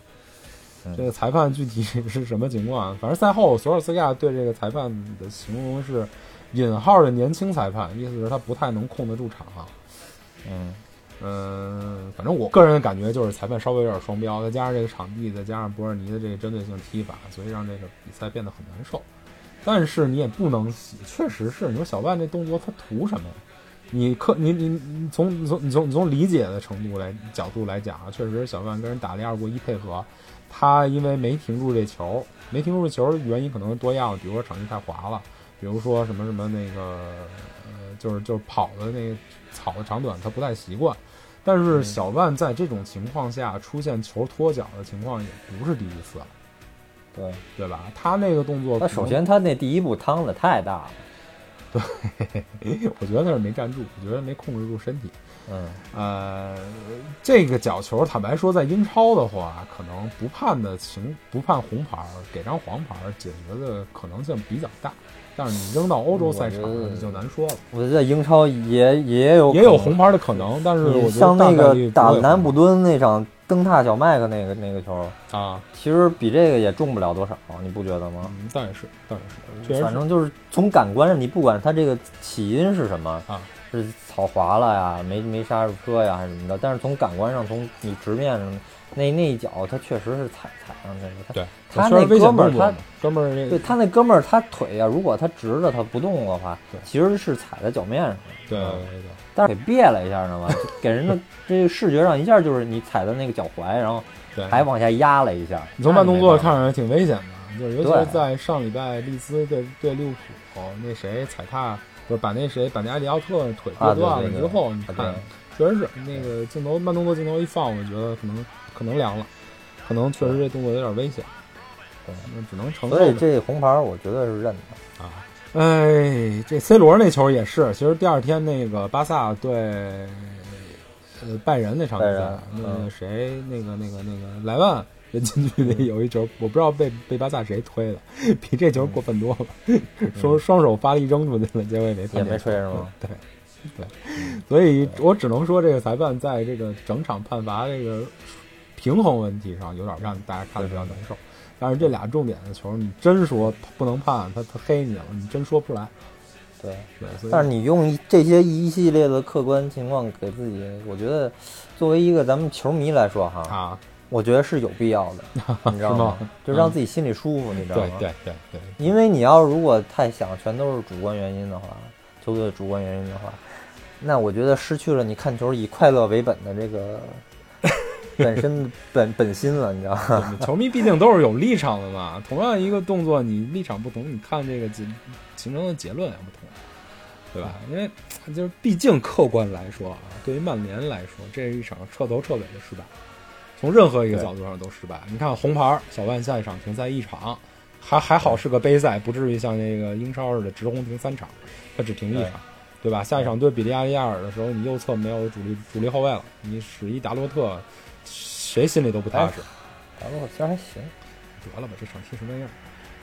Speaker 4: 嗯
Speaker 3: 这个裁判具体是什么情况？啊反正赛后索尔斯克亚对这个裁判的形容是引号的年轻裁判，意思是他不太能控得住场、
Speaker 4: 嗯，
Speaker 3: 嗯，反正我个人的感觉就是裁判稍微有点双标，再加上这个场地，再加上伯尔尼的这个针对性踢法，所以让这个比赛变得很难受。但是你也不能，确实是你说小万这动作他图什么呀？你克你你你从你从你从你从理解的程度来角度来讲啊，确实小万跟人打了二过一配合，他因为没停住这球，没停住这球原因可能多样，比如说场地太滑了，比如说什么什么那个呃，就是就是跑的那个草的长短他不太习惯，但是
Speaker 4: 嗯
Speaker 3: 小万在这种情况下出现球脱脚的情况也不是第一次了，
Speaker 4: 对，
Speaker 3: 对吧？他那个动作可
Speaker 4: 那
Speaker 3: 能，
Speaker 4: 首先他那第一步趟的太大了，
Speaker 3: 我觉得那是没站住，我觉得没控制住身体。
Speaker 4: 嗯，
Speaker 3: 呃，这个角球，坦白说，在英超的话，可能不判的情不判红牌儿，给张黄牌儿解决的可能性比较大。但是你扔到欧洲赛场
Speaker 4: 我觉
Speaker 3: 上，
Speaker 4: 得
Speaker 3: 你就难说了，
Speaker 4: 我觉得英超也也有
Speaker 3: 也有
Speaker 4: 可能
Speaker 3: 红牌的可能。但是我
Speaker 4: 你
Speaker 3: 觉得
Speaker 4: 像
Speaker 3: 大概
Speaker 4: 那个
Speaker 3: 率
Speaker 4: 打
Speaker 3: 不会
Speaker 4: 南
Speaker 3: 红
Speaker 4: 普敦那场蹬踏小麦克那个那个球，
Speaker 3: 牌啊，
Speaker 4: 其实比这个也中不了多少，你不觉得吗？
Speaker 3: 嗯，倒也是，倒也是，嗯确实
Speaker 4: 嗯反
Speaker 3: 是
Speaker 4: 正就是从感官上，你不管它这个起因是什么，
Speaker 3: 啊，
Speaker 4: 是草滑了呀，没没刹住车呀，还是怎么着？但是从感官上，从你直面上，那那一脚，他确实是踩踩上去了。他
Speaker 3: 对，
Speaker 4: 他
Speaker 3: 虽然
Speaker 4: 那
Speaker 3: 危
Speaker 4: 哥
Speaker 3: 险
Speaker 4: 们儿
Speaker 3: 动作
Speaker 4: 他
Speaker 3: 嘛，哥们儿
Speaker 4: 对
Speaker 3: 那
Speaker 4: 他那哥们儿，他腿啊呀、如果他直着他不动的话
Speaker 3: 对，
Speaker 4: 其实是踩在脚面上的。
Speaker 3: 对
Speaker 4: 嗯
Speaker 3: 对对。
Speaker 4: 但是给别了一下，知道吗？就给人 的这个视觉上一下就是你踩在那个脚踝，然后
Speaker 3: 对
Speaker 4: 还往下压了一下。
Speaker 3: 你从慢动作
Speaker 4: 那没办
Speaker 3: 看
Speaker 4: 法，
Speaker 3: 上去挺危险的，就是尤其是
Speaker 4: 对
Speaker 3: 在上礼拜利兹对对利物浦那谁踩踏，就是把那谁把那埃里奥特腿
Speaker 4: 啊
Speaker 3: 割
Speaker 4: 对
Speaker 3: 断了
Speaker 4: 对对
Speaker 3: 之后，你
Speaker 4: 啊
Speaker 3: 看确实是那个镜头慢动作镜头一放，我觉得可能可能凉了，可能确实这动作有点危险，
Speaker 4: 对
Speaker 3: 那只能承
Speaker 4: 所以
Speaker 3: 认
Speaker 4: 这红牌我觉得是认的。
Speaker 3: 啊。哎，这 C 罗那球也是，其实第二天那个巴萨对呃拜仁那场比
Speaker 4: 拜
Speaker 3: 赛
Speaker 4: 仁，
Speaker 3: 那个
Speaker 4: 嗯
Speaker 3: 谁那个那个那个莱万人禁区里有一球，我不知道被被巴萨谁推的， 比这球过分多了，说双手发力扔出去了，结果也没
Speaker 4: 嗯也没吹是
Speaker 3: 是
Speaker 4: 吗？
Speaker 3: 对。对，所以我只能说，这个裁判在这个整场判罚这个平衡问题上，有点让大家看的比较难受。但是这俩重点的球，你真说不能判，他他黑你了，你真说不出来。
Speaker 4: 对。
Speaker 3: 对，所以
Speaker 4: 但是你用一这些一系列的客观情况给自己，我觉得作为一个咱们球迷来说哈，
Speaker 3: 啊，
Speaker 4: 我觉得是有必 要的，你知道吗
Speaker 3: 是吗？嗯
Speaker 4: 就让自己心里舒服，你知道
Speaker 3: 对
Speaker 4: 吗？
Speaker 3: 对对对，
Speaker 4: 因为你要如果太想全都是主观原因的话，球队的主观原因的话，那我觉得失去了你看球以快乐为本的这个本身本本心了，你知道吗？
Speaker 3: 我们球迷毕竟都是有立场的嘛。同样一个动作，你立场不同，你看这个结形成的结论也不同，对吧？因为就是毕竟客观来说啊，对于曼联来说，这是一场彻头彻尾的失败，从任何一个角度上都失败。你看红牌儿，小万下一场停赛一场，还还好是个杯赛，不至于像那个英超似的直红停三场，他只停一场。对吧？下一场对比利亚利亚尔的时候，你右侧没有主力主力后卫了，你使一达洛特，谁心里都不踏实。
Speaker 4: 然后其实还行，
Speaker 3: 得了吧，这场踢什么样？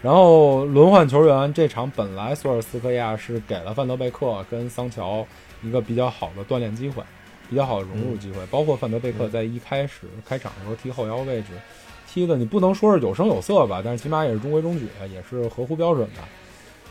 Speaker 3: 然后轮换球员，这场本来索尔斯克亚是给了范德贝克跟桑乔一个比较好的锻炼机会，比较好的融入机会，包括范德贝克在一开始开场的时候踢后腰位置，踢的你不能说是有声有色吧，但是起码也是中规中矩，也是合乎标准的。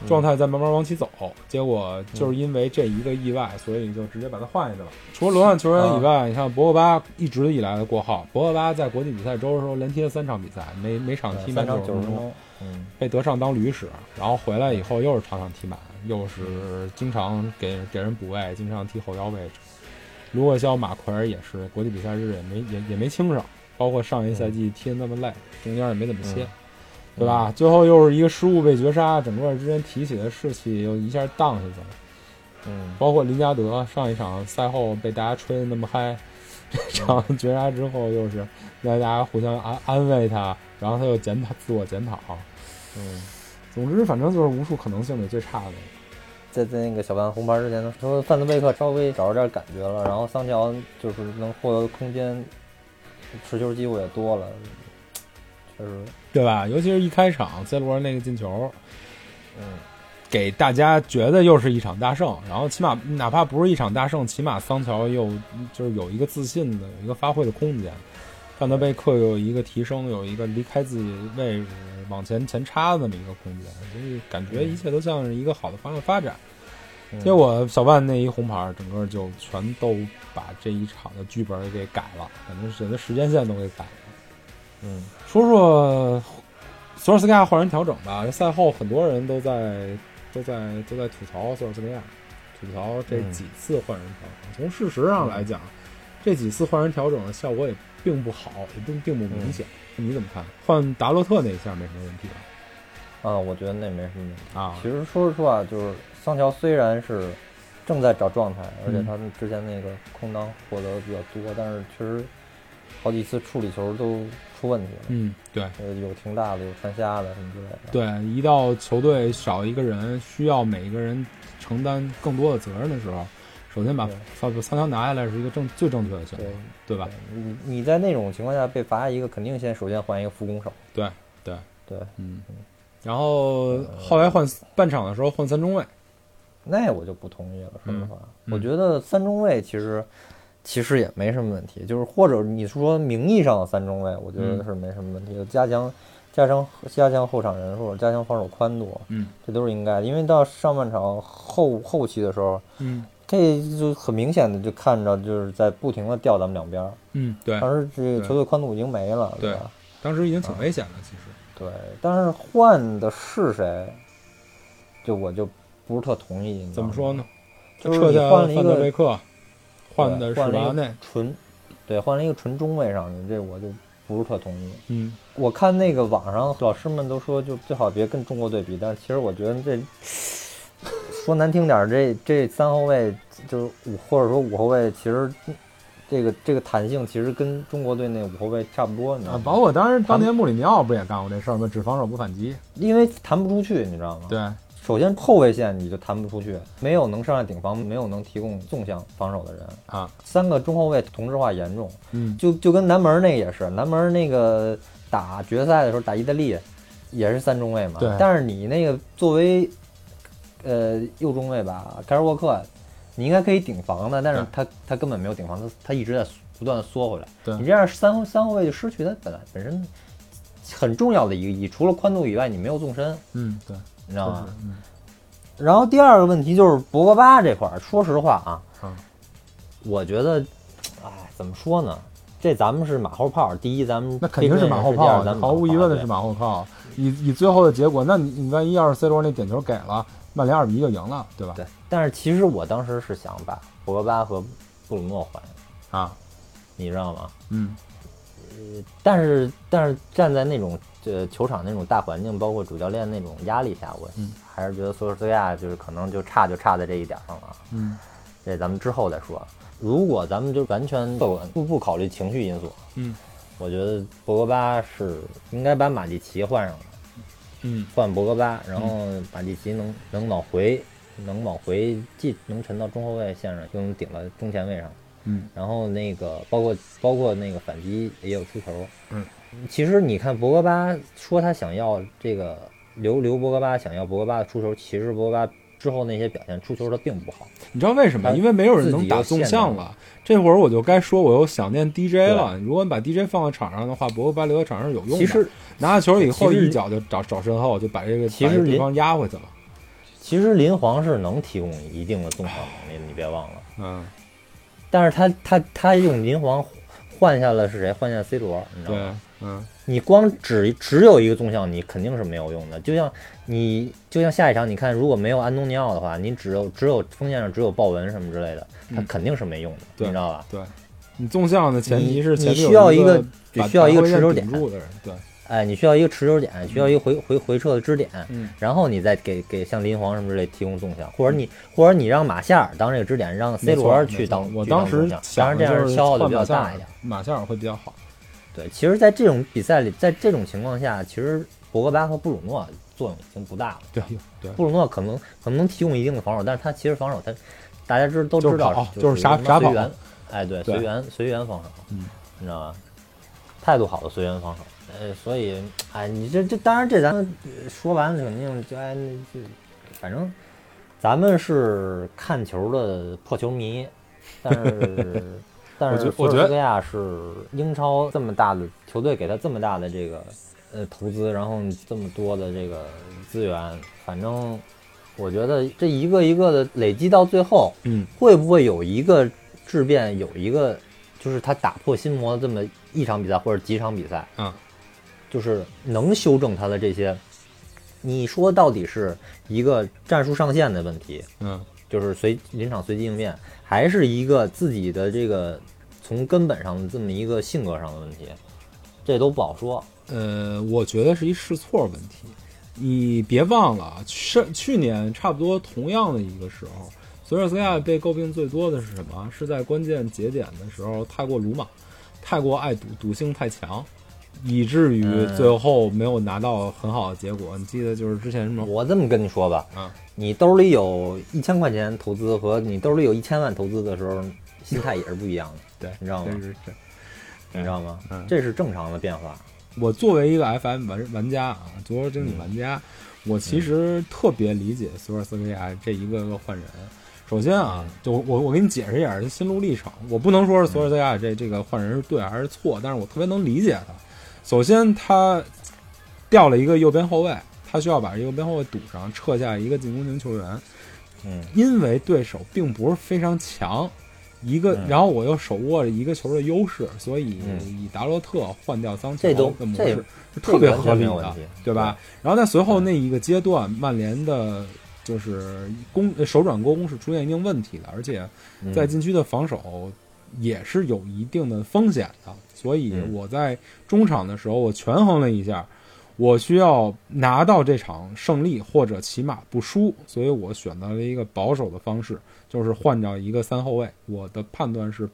Speaker 3: 状态在慢慢往起走，结果就是因为这一个意外，所以就直接把他换下去了。除了轮换球员以外，你看博格巴一直以来的过号，博格巴在国际比赛周的时候连踢了三场比赛，每每场踢满
Speaker 4: 三
Speaker 3: 九
Speaker 4: 场
Speaker 3: 十
Speaker 4: 九十
Speaker 3: 分
Speaker 4: 分
Speaker 3: 钟，
Speaker 4: 钟，嗯，
Speaker 3: 被德尚当驴使，然后回来以后又是场场踢满，又是经常给给人补位，经常踢后腰位置。卢克肖、马奎尔也是国际比赛日也没也也没轻上，包括上一赛季
Speaker 4: 嗯
Speaker 3: 踢得那么累，中间也没怎么歇，对吧？最后又是一个失误被绝杀，整个之前提起的士气又一下荡下去了。
Speaker 4: 嗯，
Speaker 3: 包括林加德上一场赛后被大家吹得那么嗨，这场绝杀之后又是让大家互相安安慰他，然后他又检讨自我检讨，
Speaker 4: 嗯，
Speaker 3: 总之反正就是无数可能性里最差的。
Speaker 4: 在在那个小范红牌之前呢，说范德贝克稍微找着点感觉了，然后桑乔就是能获得的空间，持球机会也多了，确实，
Speaker 3: 对吧？尤其是一开场 C 罗那个进球，
Speaker 4: 嗯，
Speaker 3: 给大家觉得又是一场大胜。然后起码哪怕不是一场大胜，起码桑乔又就是有一个自信的、有一个发挥的空间。范德贝克有一个提升，有一个离开自己位置往前前插的那么一个空间，所以感觉一切都像是一个好的方向发展。
Speaker 4: 嗯
Speaker 3: 结果小万那一红牌，整个就全都把这一场的剧本给改了，感觉整个时间线都给改了。
Speaker 4: 嗯
Speaker 3: 说说索尔斯克亚换人调整吧，赛后很多人都在都在都在吐槽索尔斯克亚，吐槽这
Speaker 4: 嗯
Speaker 3: 几次换人调整。从事实上来讲，这几次换人调整的效果也并不好，也并并不明显。你怎么看？换达洛特那一下没什么问题吧？
Speaker 4: 啊，我觉得那没什么问题。
Speaker 3: 啊，
Speaker 4: 其实说实话，就是桑乔虽然是正在找状态，而
Speaker 3: 嗯
Speaker 4: 且他们之前那个空当获得的比较多，但是确实好几次处理球都出问题了，
Speaker 3: 嗯，对
Speaker 4: 呃有停大的，有穿瞎的什么之类的。
Speaker 3: 对，一到球队少一个人，需要每一个人承担更多的责任的时候，首先把
Speaker 4: 对
Speaker 3: 桑桑乔拿下来是一个正最正确的选择
Speaker 4: 对，
Speaker 3: 对吧？
Speaker 4: 你你在那种情况下被罚一个，肯定先首先还一个副攻手。
Speaker 3: 对对，
Speaker 4: 对，
Speaker 3: 嗯，然后后来换半场的时候换三中卫，
Speaker 4: 那我就不同意了。说实话，
Speaker 3: 嗯
Speaker 4: 我觉得三中卫其实其实也没什么问题，就是或者你说名义上的三中卫，我觉得
Speaker 3: 嗯
Speaker 4: 是没什么问题的。加强加强加强后场人数，加强防守宽度，
Speaker 3: 嗯
Speaker 4: 这都是应该的。因为到上半场后后期的时候，
Speaker 3: 嗯
Speaker 4: 这就很明显的就看着就是在不停的调咱们两边儿，
Speaker 3: 嗯，对，
Speaker 4: 当时这
Speaker 3: 对
Speaker 4: 个球队宽度已经没了，
Speaker 3: 对
Speaker 4: 吧？
Speaker 3: 当时已经挺危险了，其实，
Speaker 4: 对，但是换的是谁，就我就不是特同意。你知
Speaker 3: 怎
Speaker 4: 道
Speaker 3: 么
Speaker 4: 吗
Speaker 3: 说呢？
Speaker 4: 就是
Speaker 3: 撤
Speaker 4: 你
Speaker 3: 下
Speaker 4: 换了一
Speaker 3: 范德
Speaker 4: 个
Speaker 3: 贝克，换的
Speaker 4: 对
Speaker 3: 是
Speaker 4: 换了
Speaker 3: 瓦
Speaker 4: 一
Speaker 3: 内
Speaker 4: 个，纯，对，换了一个纯中卫上去，这我就不是特同意。
Speaker 3: 嗯，
Speaker 4: 我看那个网上老师们都说，就最好别跟中国队比，但是其实我觉得这说难听点儿，这这三后卫就是五或者说五后卫，其实这个这个弹性其实跟中国队那五后卫差不多，你知道
Speaker 3: 啊，
Speaker 4: 吗？
Speaker 3: 包括当时当年穆里尼奥不也干过这事儿吗？只防守不反击，
Speaker 4: 因为弹不出去，你知道吗？
Speaker 3: 对，
Speaker 4: 首先后卫线你就弹不出去，没有能上来顶防，没有能提供纵向防守的人。
Speaker 3: 啊，
Speaker 4: 三个中后卫同质化严重，
Speaker 3: 嗯
Speaker 4: 就就跟南门那也是，南门那个打决赛的时候打意大利，也是三中卫嘛。
Speaker 3: 对
Speaker 4: 但是你那个作为呃右中卫吧，凯尔沃克，你应该可以顶防的，但是
Speaker 3: 对
Speaker 4: 他他根本没有顶防，他他一直在不断的缩回来。
Speaker 3: 对
Speaker 4: 你这样三后三后卫就失去他本来本身很重要的一个意义，除了宽度以外，你没有纵深，
Speaker 3: 嗯，对，
Speaker 4: 你知道吗
Speaker 3: 确实？嗯
Speaker 4: 然后第二个问题就是博格巴这块儿，说实话啊，
Speaker 3: 嗯
Speaker 4: 我觉得，哎，怎么说呢？这咱们是马后炮。第一，咱们
Speaker 3: 那肯定是马后
Speaker 4: 第
Speaker 3: 炮啊
Speaker 4: 二咱，们
Speaker 3: 毫无疑问的是
Speaker 4: 马后
Speaker 3: 马后炮。以以最后的结果，那你你万一要是 C 罗那点球给了，曼联二比一就赢了，对吧
Speaker 4: 炮。？对，但是其实我当时是想把博格巴和布鲁诺换，
Speaker 3: 啊，
Speaker 4: 你知道吗？
Speaker 3: 嗯，
Speaker 4: 但是但是站在那种呃球场那种大环境，包括主教练那种压力下，我
Speaker 3: 嗯
Speaker 4: 还是觉得索尔斯克亚就是可能就差就差在这一点上了啊。
Speaker 3: 嗯
Speaker 4: 这咱们之后再说。啊如果咱们就完全不管不不考虑情绪因素，
Speaker 3: 嗯，
Speaker 4: 我觉得博格巴是应该把马蒂奇换上来，
Speaker 3: 嗯
Speaker 4: 换博格巴，然后马蒂奇能能往回能往回既能沉到中后卫线上，又能顶到中前卫上，
Speaker 3: 嗯，
Speaker 4: 然后那个包括包括那个反击也有出球，
Speaker 3: 嗯，
Speaker 4: 其实你看博格巴说他想要这个留留博格巴想要博格巴的出球，其实博格巴之后那些表现出球他并不好，
Speaker 3: 你知道为什么？
Speaker 4: 他
Speaker 3: 因为没有人能打纵向了。这会儿我就该说，我又想念 DJ 了。如果你把 DJ 放在场上的话，博格巴留在场上是有用的。
Speaker 4: 其实
Speaker 3: 拿着球以后，
Speaker 4: 其实
Speaker 3: 一脚就找找身后，就把这个
Speaker 4: 其
Speaker 3: 把这
Speaker 4: 实
Speaker 3: 对
Speaker 4: 林
Speaker 3: 方压回去了。
Speaker 4: 其实林皇是能提供一定的纵向能力的，你别忘了。
Speaker 3: 嗯，
Speaker 4: 但是他他他用林皇换下了是谁？换下 C 罗，你知道
Speaker 3: 对
Speaker 4: 吗？，
Speaker 3: 嗯
Speaker 4: 你光只只有一个纵向，你肯定是没有用的。就像你就像下一场，你看如果没有安东尼奥的话，你只有只有锋线上只有鲍文什么之类的，他
Speaker 3: 嗯
Speaker 4: 肯定是没用的，
Speaker 3: 对
Speaker 4: 你知道吧？
Speaker 3: 对。你纵向的前提是
Speaker 4: 你
Speaker 3: 前
Speaker 4: 你
Speaker 3: 面
Speaker 4: 需要
Speaker 3: 一
Speaker 4: 一个
Speaker 3: 把
Speaker 4: 只需要一个
Speaker 3: 把
Speaker 4: 持球
Speaker 3: 顶
Speaker 4: 点，
Speaker 3: 住的人。对，
Speaker 4: 哎，你需要一个持球点，需要一个回回回撤的支点，
Speaker 3: 嗯
Speaker 4: 然后你再给给像林皇什么之类提供纵向，或者你或者你让马夏尔当这个支点，让 C
Speaker 3: 没错
Speaker 4: 罗
Speaker 3: 没
Speaker 4: 去
Speaker 3: 错
Speaker 4: 当
Speaker 3: 我
Speaker 4: 去
Speaker 3: 当
Speaker 4: 当
Speaker 3: 时
Speaker 4: 纵向当
Speaker 3: 想
Speaker 4: 然这
Speaker 3: 的就
Speaker 4: 样
Speaker 3: 是
Speaker 4: 消耗的
Speaker 3: 换
Speaker 4: 比
Speaker 3: 马
Speaker 4: 较
Speaker 3: 夏
Speaker 4: 大
Speaker 3: 尔
Speaker 4: 一点。，
Speaker 3: 马夏尔会比较好。
Speaker 4: 对，其实，在这种比赛里，在这种情况下，其实博格巴和布鲁诺作用已经不大了。
Speaker 3: 对对，
Speaker 4: 布鲁诺可能可能能提供一定的防守，但是他其实防守他大家知都
Speaker 3: 就是
Speaker 4: 知道
Speaker 3: 跑
Speaker 4: 就
Speaker 3: 就是傻
Speaker 4: 什么
Speaker 3: 傻
Speaker 4: 随
Speaker 3: 跑
Speaker 4: 缘，哎，对，
Speaker 3: 对
Speaker 4: 随缘随缘防守，
Speaker 3: 嗯
Speaker 4: 你知道吧？态度好的随缘防守，呃，所以哎，你这这当然这咱们呃说完了肯定就哎，那就反正咱们是看球的破球迷，但是但
Speaker 3: 我觉
Speaker 4: 是
Speaker 3: 我
Speaker 4: 索尔
Speaker 3: 觉得
Speaker 4: 斯克亚是英超这么大的球队给他这么大的这个呃投资，然后这么多的这个资源，反正我觉得这一个一个的累积到最后，
Speaker 3: 嗯，
Speaker 4: 会不会有一个质变，有一个就是他打破心魔的这么一场比赛或者几场比赛，
Speaker 3: 嗯，
Speaker 4: 就是能修正他的这些。你说到底是一个战术上限的问题，
Speaker 3: 嗯
Speaker 4: 就是随临场随机应变，还是一个自己的这个从根本上的这么一个性格上的问题，这都不好说。
Speaker 3: 呃，我觉得是一试错问题。你别忘了啊，去去年差不多同样的一个时候，索尔斯克亚被诟病最多的是什么？是在关键节点的时候太过鲁莽，太过爱赌，赌性太强，以至于最后没有拿到很好的结果。你记得就是之前什么
Speaker 4: 我这么跟你说吧，
Speaker 3: 啊？
Speaker 4: 你兜里有一千块钱投资和你兜里有一千万投资的时候，心态也是不一样的，
Speaker 3: 对，
Speaker 4: 你知道吗
Speaker 3: 这是这
Speaker 4: 你知道吗
Speaker 3: 嗯？
Speaker 4: 这是正常的变化。我
Speaker 3: 我作为一个 FM 玩玩家啊，足球经理玩家，我其实特别理解索尔斯克亚这一个个换人。首先啊，就我我给你解释一下他心路历程，我不能说是索尔斯克亚这这个换人是对还是错，但是我特别能理解他。首先，他调了一个右边后卫，他需要把右边后卫堵上，撤下一个进攻型球员。
Speaker 4: 嗯，
Speaker 3: 因为对手并不是非常强，一个，
Speaker 4: 嗯
Speaker 3: 然后我又手握着一个球的优势，所以
Speaker 4: 嗯
Speaker 3: 以达洛特换掉桑乔
Speaker 4: 这都
Speaker 3: 的模
Speaker 4: 这
Speaker 3: 式是特别合理
Speaker 4: 这个完全没有问
Speaker 3: 的
Speaker 4: 题，嗯
Speaker 3: 对吧？然后在随后那一个阶段，曼联的就是攻呃手转攻是出现一定问题的，而且
Speaker 4: 嗯
Speaker 3: 在禁区的防守也是有一定的风险的，所以
Speaker 4: 嗯
Speaker 3: 我在中场的时候，我权衡了一下，我需要拿到这场胜利或者起码不输，所以我选择了一个保守的方式，就是换掉一个三后卫。我的判断是，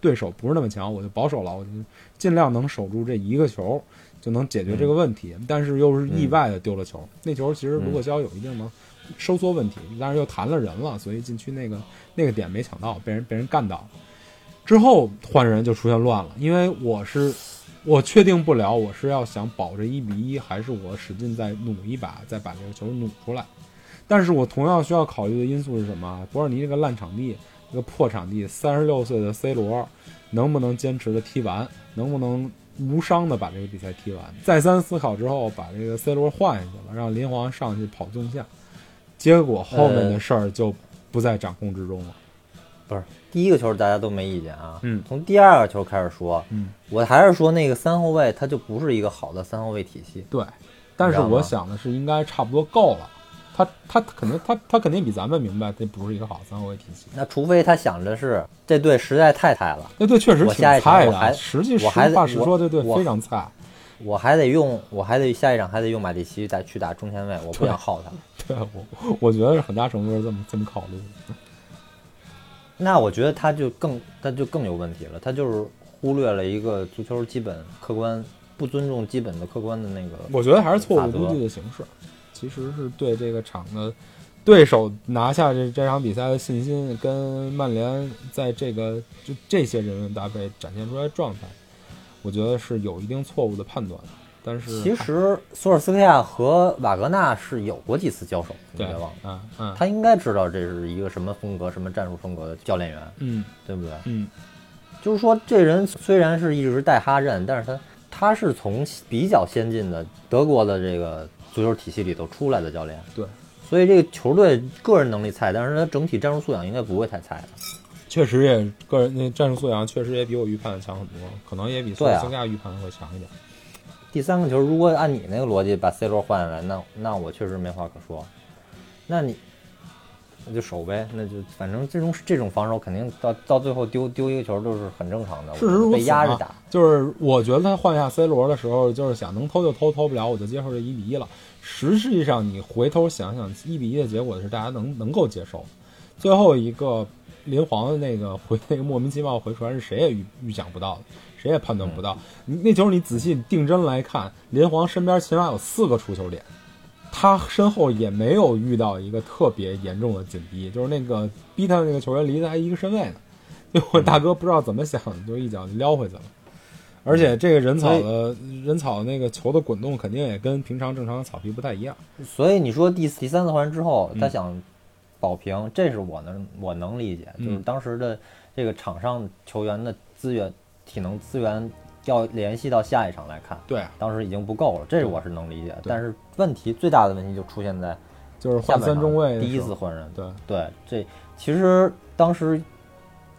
Speaker 3: 对手不是那么强，我就保守了，我就尽量能守住这一个球，就能解决这个问题。
Speaker 4: 嗯
Speaker 3: 但是又是意外的丢了球，那球其实卢克肖有一定的收缩问题，但是又弹了人了，所以禁区那个那个点没抢到，被人被人干倒了。之后换人就出现乱了，因为我是我确定不了，我是要想保这一比一，还是我使劲再努一把，再把这个球努出来。但是我同样需要考虑的因素是什么啊？博尔尼这个烂场地，这个破场地，三十六岁的 C 罗能不能坚持的踢完，能不能无伤的把这个比赛踢完？再三思考之后，把这个 C 罗换下去了，让林皇上去跑纵向，结果后面的事儿就不在掌控之中了。
Speaker 4: 不是第一个球大家都没意见啊，
Speaker 3: 嗯
Speaker 4: 从第二个球开始说，
Speaker 3: 嗯，
Speaker 4: 我还是说那个三后卫他就不是一个好的三后卫体系，
Speaker 3: 对，但
Speaker 4: 你
Speaker 3: 是
Speaker 4: 知道吗
Speaker 3: 我想的是应该差不多够了。他他肯定他他肯定比咱们明白这不是一个好的三后卫体系。
Speaker 4: 那除非他想着是这队实在太菜了，
Speaker 3: 那队确实
Speaker 4: 我
Speaker 3: 挺
Speaker 4: 下一场
Speaker 3: 菜
Speaker 4: 我还
Speaker 3: 的，啊实际实
Speaker 4: 我还得
Speaker 3: 话实说，
Speaker 4: 我
Speaker 3: 这队
Speaker 4: 我
Speaker 3: 非常菜。
Speaker 4: 我还得用，我还得下一场还得用马蒂奇再去打中前卫，我不
Speaker 3: 对
Speaker 4: 想耗他。
Speaker 3: 对我，我觉得是很大程度是这么这么考虑的。
Speaker 4: 那我觉得他就更他就更有问题了，他就是忽略了一个足球基本客观，不尊重基本的客观的那个。
Speaker 3: 我觉得还是错误估计的形式，其实是对这个场的对手拿下这这场比赛的信心，跟曼联在这个就这些人员搭配展现出来的状态，我觉得是有一定错误的判断的。但是
Speaker 4: 其实索尔斯克亚和瓦格纳是有过几次交手，你
Speaker 3: 对
Speaker 4: 别忘了，，
Speaker 3: 嗯嗯，
Speaker 4: 他应该知道这是一个什么风格、什么战术风格的教练员，
Speaker 3: 嗯
Speaker 4: 对不对？
Speaker 3: 嗯
Speaker 4: 就是说，这人虽然是一直带哈阵，但是他他是从比较先进的德国的这个足球体系里头出来的教练，
Speaker 3: 对，
Speaker 4: 所以这个球队个人能力菜，但是他整体战术素养应该不会太菜的。
Speaker 3: 确实也个人那战术素养确实也比我预判的强很多，可能也比苏
Speaker 4: 对啊
Speaker 3: 斯克亚预判的会强一点。
Speaker 4: 第三个球，如果按你那个逻辑把 C 罗换下来，那那我确实没话可说。那你那就守呗，那就反正这种这种防守肯定到到最后丢丢一个球都是很正常的，
Speaker 3: 事实如此、啊，
Speaker 4: 被压着打。
Speaker 3: 就是我觉得他换下 C 罗的时候，就是想能偷就偷，偷不了我就接受这一比一了。实际上，你回头想想，一比一的结果是大家能能够接受的。最后一个林皇的那个回那个莫名其妙回传是谁也预预想不到的，谁也判断不到。你那球你仔细定真来看，林皇身边起码有四个出球点，他身后也没有遇到一个特别严重的紧逼，就是那个逼他的那个球员离他还一个身位呢， 结果大哥不知道怎么想的，就一脚就撩回去了。而且这个人草的人草那个球的滚动肯定也跟平常正常的草皮不太一样，
Speaker 4: 所以你说第第三次换人之后，
Speaker 3: 嗯
Speaker 4: 他想保平，这是我能我能理解，就是
Speaker 3: 嗯
Speaker 4: 当时的这个场上球员的资源、体能资源要联系到下一场来看，
Speaker 3: 对啊，
Speaker 4: 当时已经不够了，这我是能理解。
Speaker 3: 对
Speaker 4: 但是问题最大的问题就出现在
Speaker 3: 就是
Speaker 4: 下
Speaker 3: 换
Speaker 4: 半
Speaker 3: 三
Speaker 4: 场
Speaker 3: 中卫的
Speaker 4: 第一
Speaker 3: 时候
Speaker 4: 次换人，
Speaker 3: 对，
Speaker 4: 对，这其实当时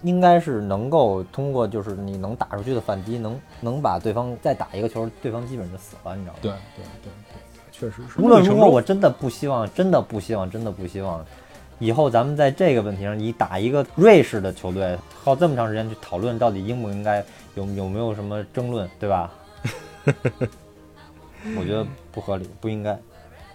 Speaker 4: 应该是能够通过就是你能打出去的反击，能能把对方再打一个球，对方基本就死了，你知道吗？
Speaker 3: 对对对对，确实是。
Speaker 4: 无论如
Speaker 3: 成
Speaker 4: 何，
Speaker 3: 功
Speaker 4: 我真的不希望，真的不希望，真的不希望，以后咱们在这个问题上，你打一个瑞士的球队，耗这么长时间去讨论到底应不应该，有有没有什么争论，对吧？ 我觉得不合理，不应该。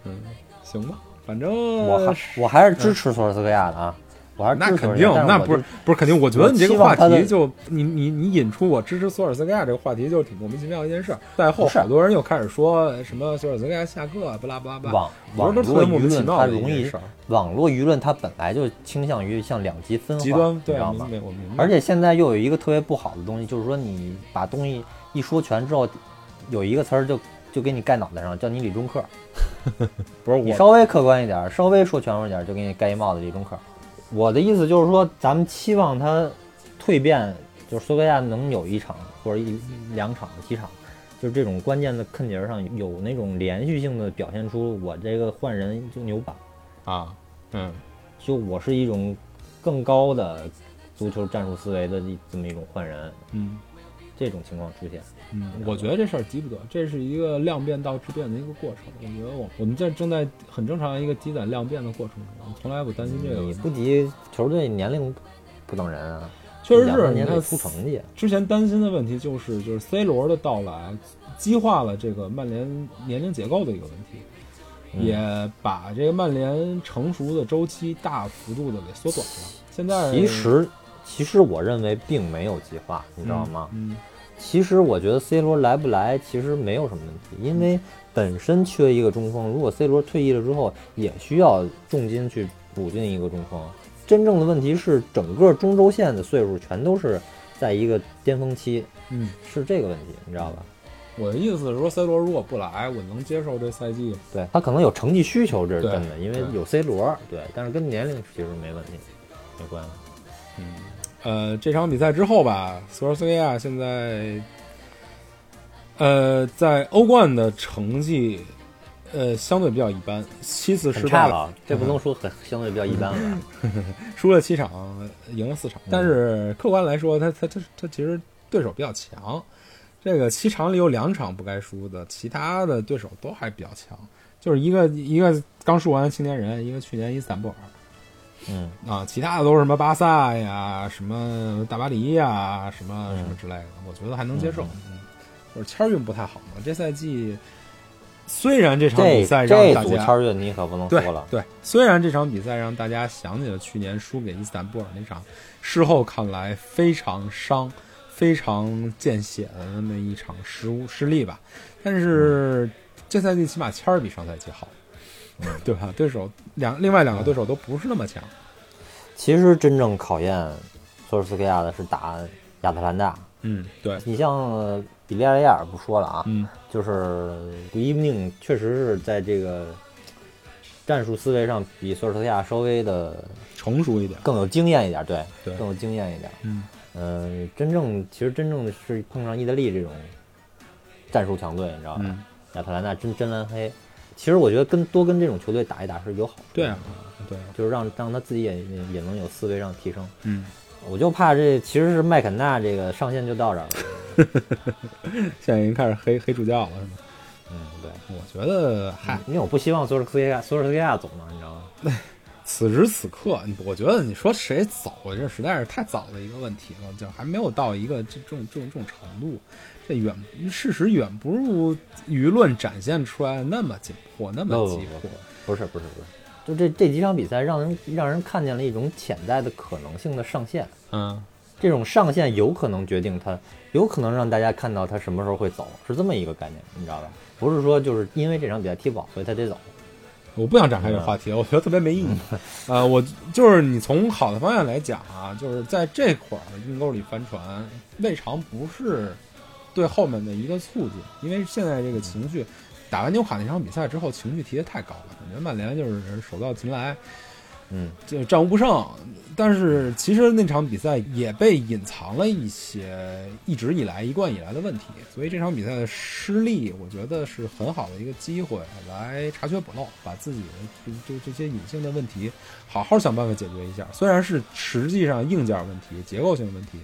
Speaker 3: 嗯，行吧，反正
Speaker 4: 我还我还是支持索尔斯克亚的啊，我还是
Speaker 3: 呃嗯那
Speaker 4: 支持
Speaker 3: 肯
Speaker 4: 人
Speaker 3: 定
Speaker 4: 家。，但
Speaker 3: 那
Speaker 4: 我
Speaker 3: 不
Speaker 4: 就是
Speaker 3: 不是肯定。我觉得你这个
Speaker 4: 我希望
Speaker 3: 话
Speaker 4: 他的
Speaker 3: 题就你你你引出我支持索尔斯克亚这个话题，就挺莫名其妙的一件事儿。赛后
Speaker 4: 不是
Speaker 3: 好多人又开始说什么索尔斯克亚下课，啊不拉不拉不拉，
Speaker 4: 网
Speaker 3: 我
Speaker 4: 网
Speaker 3: 觉得
Speaker 4: 络
Speaker 3: 都特别莫
Speaker 4: 舆
Speaker 3: 名其
Speaker 4: 论
Speaker 3: 妙
Speaker 4: 它
Speaker 3: 的一
Speaker 4: 容
Speaker 3: 件
Speaker 4: 易
Speaker 3: 事儿，
Speaker 4: 网络舆论它本来就倾向于向两极分化，
Speaker 3: 极端
Speaker 4: 你
Speaker 3: 对
Speaker 4: 知道
Speaker 3: 啊，
Speaker 4: 吗？
Speaker 3: 我明白。
Speaker 4: 而且现在又有一个特别不好的东西，就是说你把东西一说全之后，有一个词儿就就给你盖脑袋上，叫你理中客。
Speaker 3: 不是
Speaker 4: 你
Speaker 3: 我
Speaker 4: 稍微客观一点儿，稍微说全乎一点儿，就给你盖一帽子理中客。我的意思就是说，咱们期望他蜕变，就是苏格亚能有一场或者一两场、几场，就是这种关键的坑节儿上有那种连续性的表现出我这个换人就牛板，
Speaker 3: 啊，嗯，
Speaker 4: 就我是一种更高的足球战术思维的一这么一种换人，
Speaker 3: 嗯
Speaker 4: 这种情况出现。
Speaker 3: 嗯，我觉得这事儿急不得，这是一个量变到质变的一个过程。我觉得我我们这正在很正常的一个积攒量变的过程中，我从来不担心这个
Speaker 4: 你
Speaker 3: 问题。
Speaker 4: 不及球队年龄不等人啊，
Speaker 3: 确实
Speaker 4: 两
Speaker 3: 是，
Speaker 4: 三
Speaker 3: 你
Speaker 4: 年
Speaker 3: 看
Speaker 4: 得出成绩。
Speaker 3: 之前担心的问题就是，就是 C 罗的到来激化了这个曼联年龄结构的一个问题，
Speaker 4: 嗯
Speaker 3: 也把这个曼联成熟的周期大幅度的给缩短了。现在嗯
Speaker 4: 其实，其实我认为并没有计划，你知道吗？
Speaker 3: 嗯，
Speaker 4: 其实我觉得 C 罗来不来其实没有什么问题，因为本身缺一个中锋，如果 C 罗退役了之后，也需要重金去补进一个中锋。真正的问题是，整个中轴线的岁数全都是在一个巅峰期，
Speaker 3: 嗯，
Speaker 4: 是这个问题，你知道吧？
Speaker 3: 我的意思是说，C 罗如果不来，我能接受这赛季。
Speaker 4: 对他可能有成绩需求，这是
Speaker 3: 对
Speaker 4: 真的，因为
Speaker 3: 对
Speaker 4: 有 C 罗，对，但是跟年龄其实没问题，没关系。
Speaker 3: 呃，这场比赛之后吧，索尔斯克亚现在，呃，在欧冠的成绩，呃，相对比较一般，七次失
Speaker 4: 很
Speaker 3: 败
Speaker 4: 差了，啊这不能说很相对比较一般
Speaker 3: 嗯
Speaker 4: 了吧。
Speaker 3: 输了七场，赢了四场。但是客观来说，他他他他其实对手比较强。这个七场里有两场不该输的，其他的对手都还比较强。就是一个一个刚输完的青年人，一个去年伊斯坦布尔
Speaker 4: 嗯，
Speaker 3: 啊，其他的都是什么巴萨呀、什么大巴黎呀、什么什么之类的，我觉得还能接受。嗯，就是签儿运不太好嘛，这赛季虽然这场比
Speaker 4: 这
Speaker 3: 赛让
Speaker 4: 这
Speaker 3: 大
Speaker 4: 组
Speaker 3: 家
Speaker 4: 签运你可不能说
Speaker 3: 对
Speaker 4: 了。
Speaker 3: 对，虽然这场比赛让大家想起了去年输给伊斯坦布尔那场，事后看来非常伤、非常见血的那么一场失误失利吧，但是这赛季起码签儿比上赛季好，
Speaker 4: 嗯
Speaker 3: 对吧？对手两另外两个对手都不是那么强，
Speaker 4: 其实真正考验索尔斯克亚的是打亚特兰大。
Speaker 3: 嗯，对，
Speaker 4: 你像呃比利亚雷亚尔不说了啊，
Speaker 3: 嗯
Speaker 4: 就是古伊宁确实是在这个战术思维上比索尔斯克亚稍微的
Speaker 3: 成熟一点，
Speaker 4: 更有经验一点，对，
Speaker 3: 对
Speaker 4: 更有经验一点。
Speaker 3: 嗯
Speaker 4: 嗯，真正其实真正的是碰上意大利这种战术强队，你知道吧？
Speaker 3: 嗯，
Speaker 4: 亚特兰大真真蓝黑，其实我觉得跟多跟这种球队打一打是有好处的，
Speaker 3: 对啊，对啊，
Speaker 4: 就是让让他自己也也也能有思维上提升。
Speaker 3: 嗯，
Speaker 4: 我就怕这其实是麦肯纳这个上限就到这儿了。
Speaker 3: 现在已经开始黑黑助教了，是吗？
Speaker 4: 嗯，对，
Speaker 3: 我觉得 嗨，
Speaker 4: 因为我不希望索尔斯克亚索尔斯克亚走嘛，你知道吗？
Speaker 3: 此时此刻，你我觉得你说谁走，啊这实在是太早的一个问题了，就还没有到一个这这种这种这种程度，这远事实远不如舆论展现出来那么紧迫，那么
Speaker 4: 不
Speaker 3: 急
Speaker 4: 不
Speaker 3: 迫
Speaker 4: 不。不是不是不是，就这这几场比赛让人让人看见了一种潜在的可能性的上限，
Speaker 3: 嗯，
Speaker 4: 这种上限有可能决定他，有可能让大家看到他什么时候会走，是这么一个概念，你知道吧？不是说就是因为这场比赛踢不好，所以他得走。
Speaker 3: 我不想展开这个话题了，我觉得特别没意义。呃，我就是你从好的方向来讲啊，就是在这会儿阴沟里翻船，未尝不是对后面的一个促进，因为现在这个情绪，打完纽卡那场比赛之后，情绪提得太高了，感觉曼联就是手到擒来。
Speaker 4: 嗯，
Speaker 3: 这战无不胜。但是其实那场比赛也被隐藏了一些一直以来一贯以来的问题，所以这场比赛的失利，我觉得是很好的一个机会来查缺补漏，把自己的就就这些隐性的问题好好想办法解决一下。虽然是实际上硬件问题、结构性问题，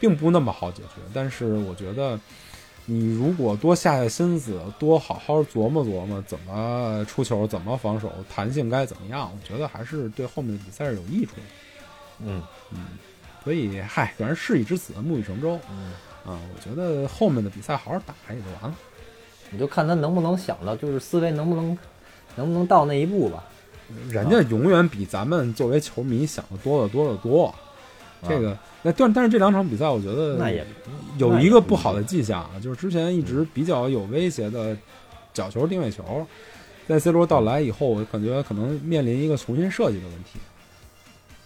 Speaker 3: 并不那么好解决，但是我觉得。你如果多下下心思，多好好琢磨琢磨怎么出球、怎么防守，弹性该怎么样，我觉得还是对后面的比赛是有益处的。
Speaker 4: 嗯
Speaker 3: 所以，嗨，反正事已至此，木已成舟。
Speaker 4: 嗯，
Speaker 3: 啊，我觉得后面的比赛好好打也就完了。
Speaker 4: 你就看他能不能想到，就是思维能不能能不能到那一步吧。
Speaker 3: 人家永远比咱们作为球迷想的多得多得多。啊这个，那但但是这两场比赛，我觉得
Speaker 4: 那也
Speaker 3: 呃有一个不好的迹象啊，就是之前一直比较有威胁的角球定位球，在 C 罗到来以后，我感觉可能面临一个重新设计的问题。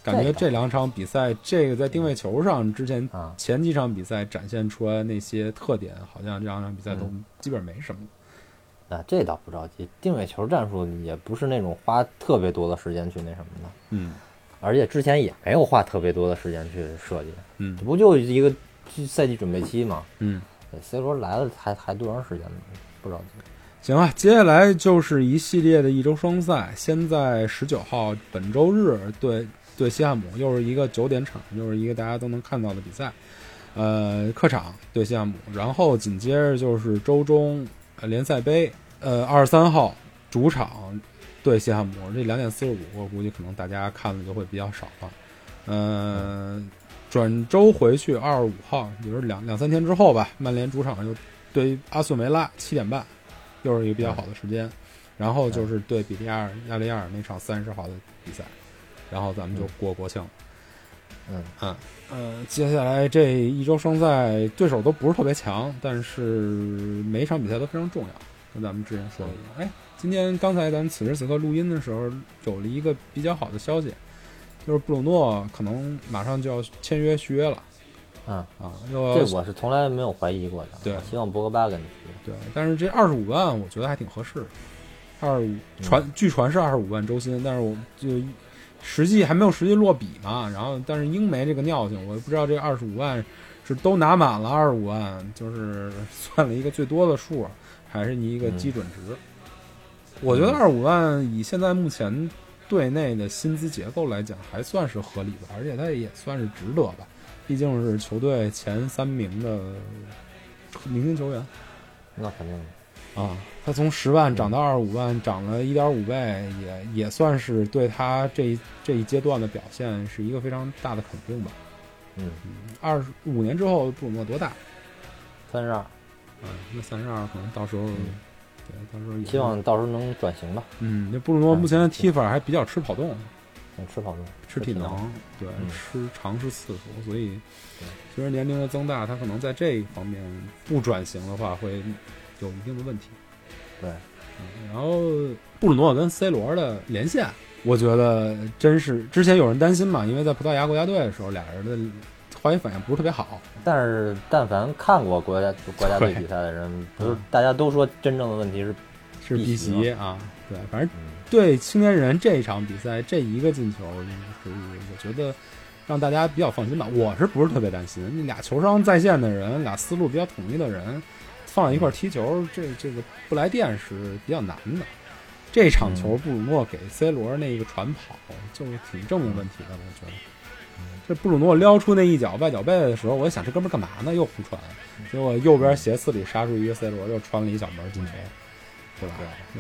Speaker 3: 感觉这两场比赛，这个在定位球上之前
Speaker 4: 啊
Speaker 3: 前几场比赛展现出来那些特点，好像这两场比赛都
Speaker 4: 嗯
Speaker 3: 基本没什么。
Speaker 4: 啊，这倒不着急。定位球战术也不是那种花特别多的时间去那什么的，
Speaker 3: 嗯
Speaker 4: 而且之前也没有花特别多的时间去设计，
Speaker 3: 嗯
Speaker 4: 这不就一个赛季准备期嘛
Speaker 3: 嗯，
Speaker 4: 对？C 罗来了还还多长时间呢？不着急。
Speaker 3: 行啊，接下来就是一系列的一周双赛，先在十九号本周日对对西汉姆，又是一个九点场，又是一个大家都能看到的比赛，呃，客场对西汉姆，然后紧接着就是周中呃联赛杯，呃，二十三号主场对西汉姆，这两点四十五，我估计可能大家看的就会比较少了，呃，转周回去二十五号，也就是两两三天之后吧，曼联主场又对阿素梅拉七点半。又是一个比较好的时间。然后就是对比利亚尔亚利亚尔那场三十号的比赛，然后咱们就过国庆。
Speaker 4: 嗯
Speaker 3: 嗯呃，接下来这一周双赛对手都不是特别强，但是每一场比赛都非常重要，跟咱们之前说的一样。哎，今天刚才咱们此时此刻录音的时候，有了一个比较好的消息，就是布鲁诺可能马上就要签约续约了
Speaker 4: 嗯，
Speaker 3: 啊，又要
Speaker 4: 这我是从来没有怀疑过的。
Speaker 3: 对
Speaker 4: 希望博格巴跟你去。
Speaker 3: 对，但是这二十五万我觉得还挺合适的，二十五传据传是二十五万周薪，但是我就实际还没有实际落笔嘛。然后，但是英媒这个尿性，我也不知道这二十五万是都拿满了二十五万，就是 算了一个最多的数，还是一个基准值。我觉得二十五万以现在目前队内的薪资结构来讲，还算是合理的，而且它也算是值得吧。毕竟是球队前三名的明星球员。
Speaker 4: 那肯定的。
Speaker 3: 啊，他从十万涨到二十五万，涨了一点五倍，也也算是对他这一这一阶段的表现是一个非常大的肯定吧。
Speaker 4: 嗯，
Speaker 3: 二十五年之后，布鲁诺多大？
Speaker 4: 三十二，
Speaker 3: 啊，那三十二可能到时候，对，到时候也
Speaker 4: 希望到时候能转型吧，
Speaker 3: 嗯，这布鲁诺目前的踢法还比较吃跑动，
Speaker 4: 能吃跑动，
Speaker 3: 吃体能，对，
Speaker 4: 嗯
Speaker 3: 吃尝试次数，所以
Speaker 4: 对
Speaker 3: 随着年龄的增大，他可能在这一方面不转型的话，会有一定的问题。
Speaker 4: 对，
Speaker 3: 然后布鲁诺跟 C 罗的连线，我觉得真是之前有人担心嘛，因为在葡萄牙国家队的时候，俩人的化学反应不是特别好。
Speaker 4: 但是，但凡看过国家国家队比赛的 人，不是大家都说真正的问题是，
Speaker 3: 是
Speaker 4: 逆
Speaker 3: 逼
Speaker 4: 袭
Speaker 3: 袭啊，对，反正
Speaker 4: 嗯
Speaker 3: 对青年人这一场比赛这一个进球，是我觉得让大家比较放心吧。我是不是特别担心？那俩球商在线的人，俩思路比较统一的人，放在一块儿踢球，这这个不来电是比较难的。这场球布鲁诺给 C 罗那个传跑，就是挺证明问题的，我觉得。这布鲁诺撩出那一脚外脚背的时候，我想这哥们儿干嘛呢？又胡传，结果右边斜刺里杀出一个 C 罗，又穿了一小门进球，对吧？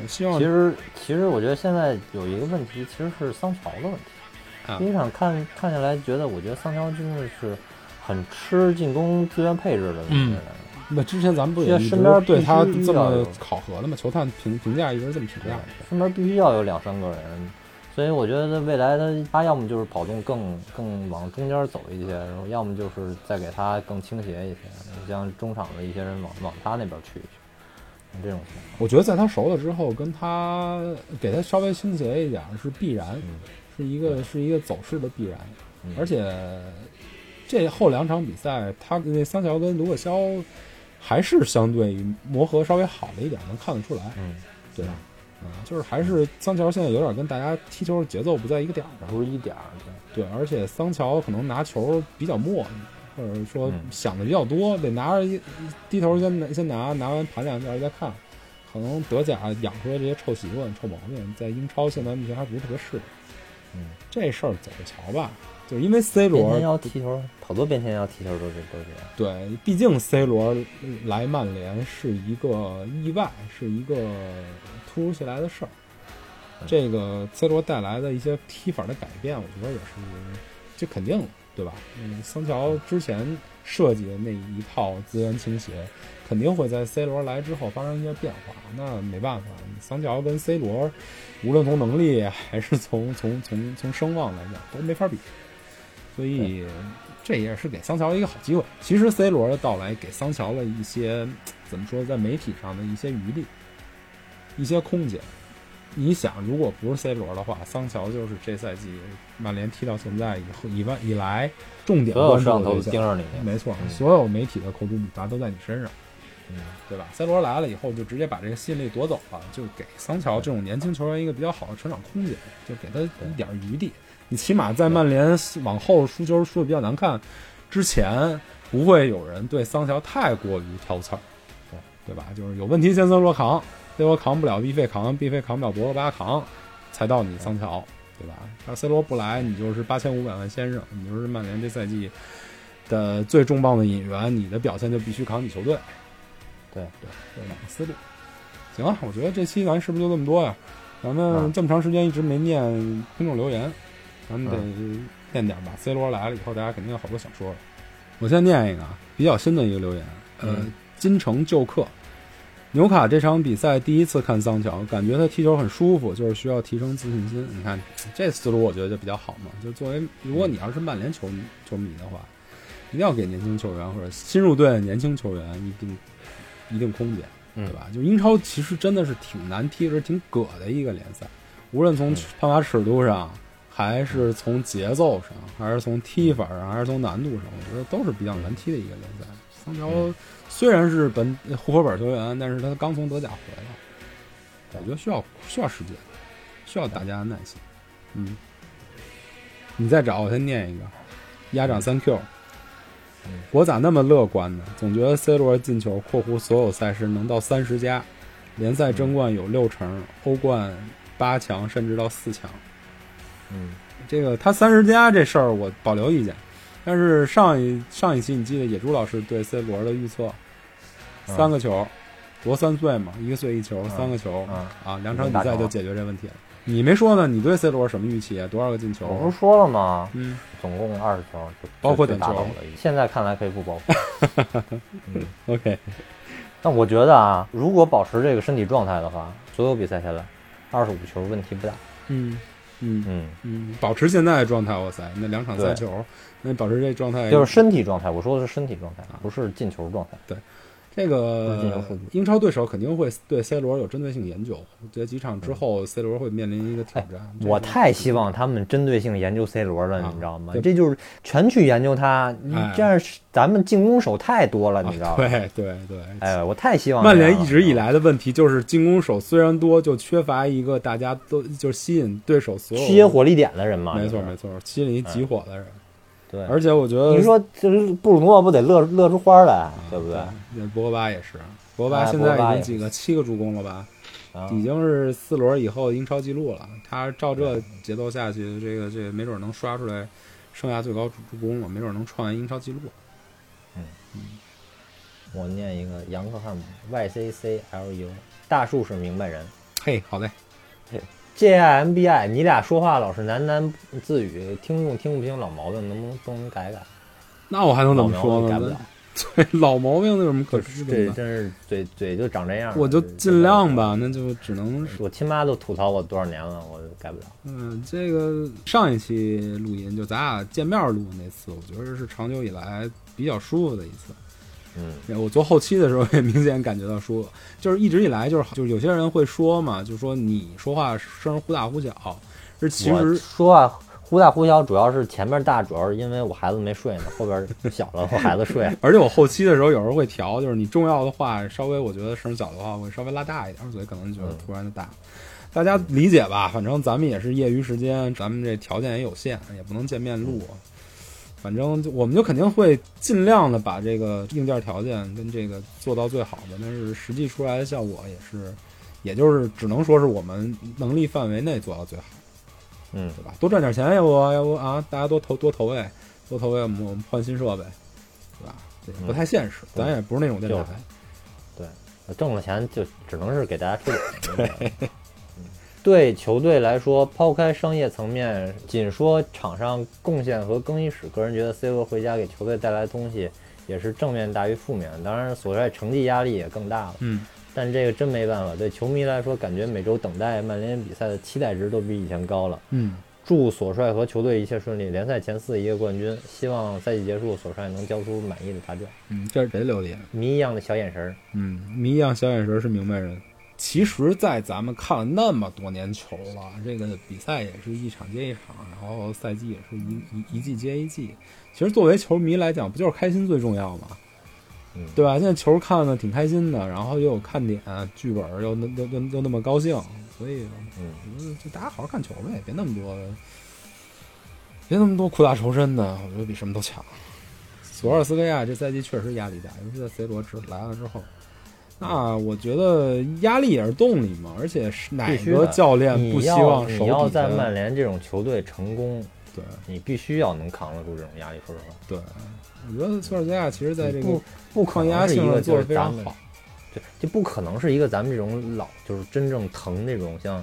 Speaker 3: 希望
Speaker 4: 其实其实我觉得现在有一个问题，其实是桑乔的问题。
Speaker 3: 啊
Speaker 4: 第一场看看下来，觉得我觉得桑乔真的是很吃进攻资源配置的一个人。
Speaker 3: 那之前咱们不也
Speaker 4: 这
Speaker 3: 一直
Speaker 4: 身边
Speaker 3: 对
Speaker 4: 必须
Speaker 3: 他
Speaker 4: 要
Speaker 3: 这么
Speaker 4: 有
Speaker 3: 考核的吗？球探评评价一直是这么评价的。
Speaker 4: 身边必须要有两三个人，所以我觉得未来他他要么就是跑动更更往中间走一些，然后要么就是再给他更倾斜一些，你像中场的一些人往往他那边去一去，这种情况。
Speaker 3: 我觉得在他熟了之后，跟他给他稍微倾斜一点儿是必然，是一个是一个走势的必然。
Speaker 4: 嗯
Speaker 3: 而且这后两场比赛，他那桑乔跟卢克肖还是相对磨合稍微好了一点，能看得出来，
Speaker 4: 嗯，
Speaker 3: 对吧？啊就是还是桑乔现在有点跟大家踢球的节奏不在一个点儿上。
Speaker 4: 不是一点儿，对
Speaker 3: 对，而且桑乔可能拿球比较磨叽，或者说
Speaker 4: 嗯
Speaker 3: 想的比较多，得拿着一低头先拿先拿，拿完盘两下再看。可能德甲养出来这些臭习惯、臭毛病，在英超现在目前还不是特别适应。
Speaker 4: 嗯，
Speaker 3: 这事儿走着瞧吧，就是因为 C
Speaker 4: 边
Speaker 3: 罗
Speaker 4: 前腰踢球，好多边前腰踢球都是都是这样。
Speaker 3: 对，毕竟 C 罗来曼联是一个意外，是一个突如其来的事儿。这个 C 罗带来的一些踢法的改变，我觉得也是这肯定的，对吧？嗯，桑乔之前设计的那一套资源倾斜，肯定会在 C 罗来之后发生一些变化。那没办法，桑乔跟 C 罗，无论从能力还是从从从从声望来讲，都没法比。所以这也是给桑乔一个好机会。其实 C 罗的到来给桑乔了一些怎么说，在媒体上的一些余地，一些空间。你想，如果不是 C 罗的话，桑乔就是这赛季曼联踢到现在以后以外以来重点
Speaker 4: 所有
Speaker 3: 关
Speaker 4: 摄
Speaker 3: 注
Speaker 4: 像
Speaker 3: 的
Speaker 4: 头
Speaker 3: 对
Speaker 4: 都盯
Speaker 3: 象。
Speaker 4: 上你，
Speaker 3: 没错，
Speaker 4: 嗯
Speaker 3: 所有媒体的口诛笔伐都在你身上，
Speaker 4: 嗯
Speaker 3: 对吧？C 罗来了以后，就直接把这个吸引力夺走了，就给桑乔这种年轻球员一个比较好的成长空间，就给他一点余地。你起码在曼联往后输球输的比较难看之前，不会有人对桑乔太过于挑刺儿，
Speaker 4: 对
Speaker 3: 对吧？就是有问题先 C 罗扛，C 罗扛不了必费扛，必费扛不了博格巴扛，才到你桑乔，对吧？要是 C 罗不来，你就是八千五百万先生，你就是曼联这赛季的最重磅的引援，你的表现就必须扛起球队。
Speaker 4: 对
Speaker 3: 对，这两个思路。行啊，我觉得这期咱是不是就这么多呀、咱们
Speaker 4: 嗯
Speaker 3: 这么长时间一直没念听众留言，咱们得
Speaker 4: 嗯
Speaker 3: 念点吧。C 罗来了以后，大家肯定有好多想说的。我先念一个啊，比较新的一个留言，呃，
Speaker 4: 嗯
Speaker 3: 金城旧客。纽卡这场比赛第一次看桑乔，感觉他踢球很舒服，就是需要提升自信心。你看这思路，我觉得就比较好嘛。就作为如
Speaker 4: 嗯
Speaker 3: 果你要是曼联球迷球迷的话，一定要给年轻球员或者新入队的年轻球员一定一定空间，
Speaker 4: 嗯
Speaker 3: 对吧？就英超其实真的是挺难踢，而且挺葛的一个联赛，无论
Speaker 4: 嗯
Speaker 3: 从判罚尺度上，还是从节奏上，还是从踢法上，还是从难度上，我觉得都是比较难踢的一个联赛。桑乔
Speaker 4: 嗯嗯
Speaker 3: 虽然是本户口本球员，但是他刚从德甲回来，
Speaker 4: 嗯
Speaker 3: 我觉得需要需要时间，需要大家的耐心。嗯，你再找我先念一个，压掌三 Q。我咋那么乐观呢？总觉得 C 罗进球（括弧所有赛事能到三十加），联赛争冠有六成，欧冠八强甚至到四强。
Speaker 4: 嗯，
Speaker 3: 这个他三十加这事儿我保留意见，但是上一上一期你记得野猪老师对 C 罗的预测，
Speaker 4: 嗯
Speaker 3: 三个球，夺三岁嘛，一个岁一球，三个球
Speaker 4: 嗯
Speaker 3: 啊，两场比赛就解决这问题了。你没说呢，你对 C 罗什么预期啊？多少个进
Speaker 4: 我不
Speaker 3: 球
Speaker 4: 是？说了吗？
Speaker 3: 嗯，
Speaker 4: 总共二十球，就
Speaker 3: 包括
Speaker 4: 就
Speaker 3: 点
Speaker 4: 打
Speaker 3: 球
Speaker 4: 倒了一个。现在看来可以不包括。嗯，
Speaker 3: ，OK，
Speaker 4: 但我觉得啊，如果保持这个身体状态的话，所有比赛下来，二十五球问题不大。
Speaker 3: 嗯嗯
Speaker 4: 嗯，
Speaker 3: 嗯，保持现在的状态，哇塞，那两场三球，那保持这状态
Speaker 4: 嗯就是身体状态，我说的是身体状态，不是进球状态。
Speaker 3: 这
Speaker 4: 不是进球
Speaker 3: 个
Speaker 4: 数据
Speaker 3: 英超对手肯定会对 C 罗有针对性研究，我觉得几场之后 C 罗会面临一个挑战。这个
Speaker 4: 嗯哎我太希望他们针对性研究 C 罗了，
Speaker 3: 嗯啊
Speaker 4: 你知道吗
Speaker 3: 对？
Speaker 4: 这就是全去研究他，你
Speaker 3: 哎
Speaker 4: 这样是咱们进攻手太多了，你知道
Speaker 3: 啊
Speaker 4: 吗？
Speaker 3: 对对对，
Speaker 4: 哎，我太希望
Speaker 3: 曼
Speaker 4: 这样
Speaker 3: 联一
Speaker 4: 了
Speaker 3: 直以。来的问题就是进攻手虽然多，就缺乏一个大家都就是吸引对手所有
Speaker 4: 吸引火力啊点的人嘛，
Speaker 3: 没错
Speaker 4: 就是
Speaker 3: 没错，吸引一集火的人。
Speaker 4: 对，
Speaker 3: 而且我觉得，
Speaker 4: 哎你说就是布鲁诺不得乐乐出花来，对不对？
Speaker 3: 那博格巴也是，博格巴
Speaker 4: 哎
Speaker 3: 现
Speaker 4: 博格
Speaker 3: 在
Speaker 4: 巴
Speaker 3: 已经几
Speaker 4: 也
Speaker 3: 个七个助攻了吧？
Speaker 4: 啊，
Speaker 3: 已经是四轮以后英超纪录了。他照这节奏下去，这个这个没准能刷出来生涯最高助助攻了，没准能创下英超纪录。
Speaker 4: 我念一个杨克汉姆 Y C C L U，大树是明白人
Speaker 3: 嘿，好嘞，
Speaker 4: J I M B I，你俩说话老是喃喃自语，听众听不清老毛病，能不能都能改改？
Speaker 3: 那我还能怎么
Speaker 4: 老毛
Speaker 3: 说
Speaker 4: 病改不
Speaker 3: 呢
Speaker 4: 了？
Speaker 3: 对，老毛病那有什么可治
Speaker 4: 这
Speaker 3: 的？
Speaker 4: 真是嘴嘴就长这样了，
Speaker 3: 我就
Speaker 4: 这
Speaker 3: 尽量。吧，那就只能
Speaker 4: 这我亲妈都吐槽我多少年了，我改不了。
Speaker 3: 嗯，这个上一期录音就咱俩见面录的那次，我觉得是长久以来比较舒服的一次。
Speaker 4: 嗯
Speaker 3: 我做后期的时候也明显感觉到舒服，就是一直以来就是就是有些人会说嘛，就说你说话声忽大忽小，是其
Speaker 4: 我
Speaker 3: 实
Speaker 4: 说啊，忽大忽小，主要是前面大，主要是因为我孩子没睡呢，后边小了，我孩子睡了。
Speaker 3: 而且我后期的时候有时候会调，就是你重要的话稍微我觉得声小的话我会稍微拉大一点，所以可能你觉得突然就大。大家理解吧，反正咱们也是业余时间，咱们这条件也有限，也不能见面录。啊反正就我们就肯定会尽量的把这个硬件条件跟这个做到最好的，但是实际出来的效果也是，也就是只能说是我们能力范围内做到最好，
Speaker 4: 嗯，
Speaker 3: 对吧？多赚点钱，要不要不啊，大家多投多投喂，多投喂，我们我们换新设备，对吧？这也不太现实，
Speaker 4: 对
Speaker 3: 咱也不是那种电台
Speaker 4: 就。挣了钱就只能是给大家吃苦。对，嗯对球队来说，抛开商业层面，仅说场上贡献和更衣室，个人觉得 C 罗回家给球队带来的东西也是正面大于负面。当然，所在成绩压力也更大了。
Speaker 3: 嗯，
Speaker 4: 但这个真没办法，对球迷来说，感觉每周等待曼联比赛的期待值都比以前高了。
Speaker 3: 嗯，
Speaker 4: 祝索帅和球队一切顺利，联赛前四一个冠军。希望赛季结束，索帅能交出满意的答卷。
Speaker 3: 嗯，这是谁留的言？
Speaker 4: 谜一样的小眼神儿，
Speaker 3: 嗯，谜一样小眼神是明白人。其实，在咱们看了那么多年球了，这个比赛也是一场接一场，然后赛季也是一一一季接一季。其实作为球迷来讲，不就是开心最重要吗？
Speaker 4: 嗯
Speaker 3: 对吧？现在球看的挺开心的，然后又有看点，啊剧本又那又又又那么高兴，所以
Speaker 4: 嗯。
Speaker 3: 我觉得就大家好好看球呗，别那么多，别那么多苦大仇深的，我觉得比什么都强。索尔斯克亚这赛季确实压力大，尤其在 C 罗之来了之后，那我觉得压力也是动力嘛，而且是哪
Speaker 4: 必须
Speaker 3: 个
Speaker 4: 的
Speaker 3: 教练不希望
Speaker 4: 你
Speaker 3: 手
Speaker 4: 要你要
Speaker 3: 底
Speaker 4: 在
Speaker 3: 下
Speaker 4: 曼联这种球队成功，
Speaker 3: 对
Speaker 4: 你必须要能扛得住这种压力。说实话，
Speaker 3: 对，我觉得索尔斯克亚其实在这个
Speaker 4: 不不可
Speaker 3: 抗
Speaker 4: 能
Speaker 3: 压
Speaker 4: 是一
Speaker 3: 性
Speaker 4: 个
Speaker 3: 上做
Speaker 4: 就
Speaker 3: 得
Speaker 4: 是
Speaker 3: 非
Speaker 4: 咱
Speaker 3: 常
Speaker 4: 们
Speaker 3: 好。
Speaker 4: 对，就不可能是一个咱们这种老就是真正疼那种像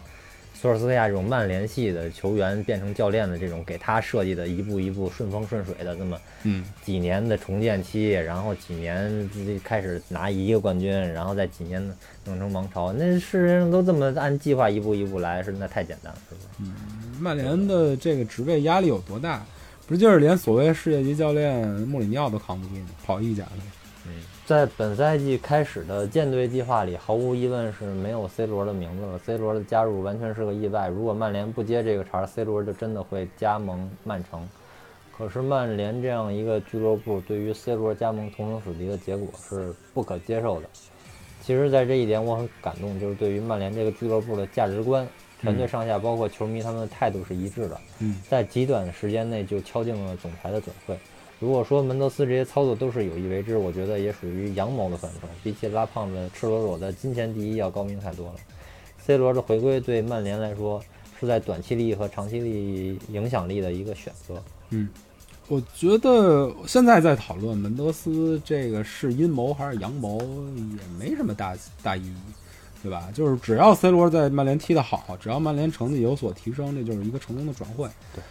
Speaker 4: 索尔斯克亚这种曼联系的球员变成教练的这种给他设计的一步一步顺风顺水的这么
Speaker 3: 嗯，
Speaker 4: 几年的重建期，然后几年自己开始拿一个冠军，然后再几年弄成王朝，那世界上都这么按计划一步一步来，是那太简单了，是不是？
Speaker 3: 曼联的这个职位压力有多大？不就是连所谓世界级教练穆里尼奥都扛不住吗？跑意甲的。
Speaker 4: 在本赛季开始的舰队计划里，毫无疑问是没有 C 罗的名字了。C 罗的加入完全是个意外。如果曼联不接这个茬儿，C 罗就真的会加盟曼城。可是曼联这样一个俱乐部，对于 C 罗加盟同城死敌的结果是不可接受的。其实，在这一点我很感动，就是对于曼联这个俱乐部的价值观，全队上下包括球迷他们的态度是一致的。
Speaker 3: 嗯，
Speaker 4: 在极短的时间内就敲定了总裁的转会。如果说门德斯这些操作都是有意为之，我觉得也属于阳谋的范畴，比起拉胖子、赤裸裸的金钱第一要高明太多了。C 罗的回归对曼联来说是在短期利益和长期利益影响力的一个选择。
Speaker 3: 我觉得现在在讨论门德斯这个是阴谋还是阳谋，也没什么大大意义，对吧？就是只要 C 罗在曼联踢得好，只要曼联成绩有所提升，这就是一个成功的转会。
Speaker 4: 对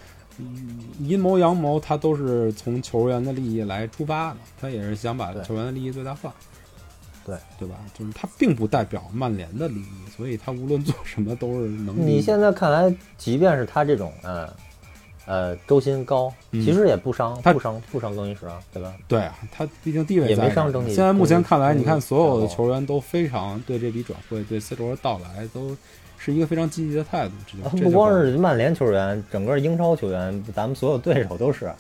Speaker 3: 嗯，阴谋阳谋，他都是从球员的利益来出发的，他也是想把
Speaker 4: 对
Speaker 3: 球员的利益最大化。
Speaker 4: 对，
Speaker 3: 对吧？就是他并不代表曼联的利益，所以他无论做什么都是能利益
Speaker 4: 你现在看来，即便是他这种，呃，呃，周薪高，
Speaker 3: 嗯
Speaker 4: 其实也不伤，
Speaker 3: 他
Speaker 4: 不伤，不伤更衣室啊，对吧？
Speaker 3: 对啊，他毕竟地位
Speaker 4: 也
Speaker 3: 在
Speaker 4: 没
Speaker 3: 这
Speaker 4: 上
Speaker 3: 儿
Speaker 4: 整体
Speaker 3: 现在目前看来，
Speaker 4: 工资
Speaker 3: 你看所有的
Speaker 4: 然后
Speaker 3: 球员都非常对这笔转会、对 C 罗的到来都是一个非常积极的态度。嗯这就这就
Speaker 4: 不啊光是曼联球员，整个英超球员，咱们所有对手都
Speaker 3: 啊
Speaker 4: 是，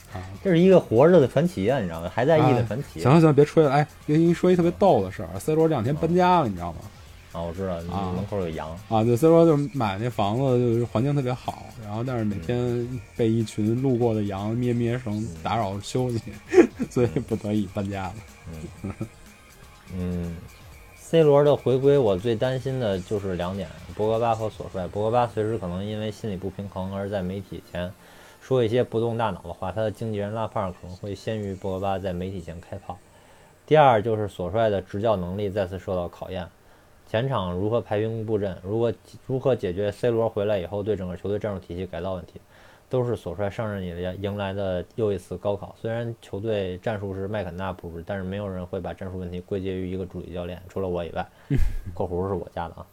Speaker 4: 这是一个活着的传奇啊，你知道吗？还在役的传奇
Speaker 3: 哎行。了行了，别吹了。哎，跟你说一特别逗的事儿，C 罗这两天搬家了，你知道吗？
Speaker 4: 啊，我知道，你
Speaker 3: 啊
Speaker 4: 门口有羊，
Speaker 3: 啊，对，C 罗就是买那房子，就是环境特别好，然后但是每天被一群路过的羊咩咩声打扰休息， 所以不得已搬家了。
Speaker 4: 嗯，C 罗的回归，我最担心的就是两点：博格巴和索帅。博格巴随时可能因为心理不平衡而在媒体前说一些不动大脑的话，他的经纪人拉帕尔可能会先于博格巴在媒体前开炮。第二就是索帅的执教能力再次受到考验，前场如何排兵布阵，如何如何解决 C 罗回来以后对整个球队战术体系改造问题，都是索帅上任以来迎来的又一次高考。虽然球队战术是麦肯纳布置，但是没有人会把战术问题归结于一个主力教练，除了我以外（括弧是我加的啊）。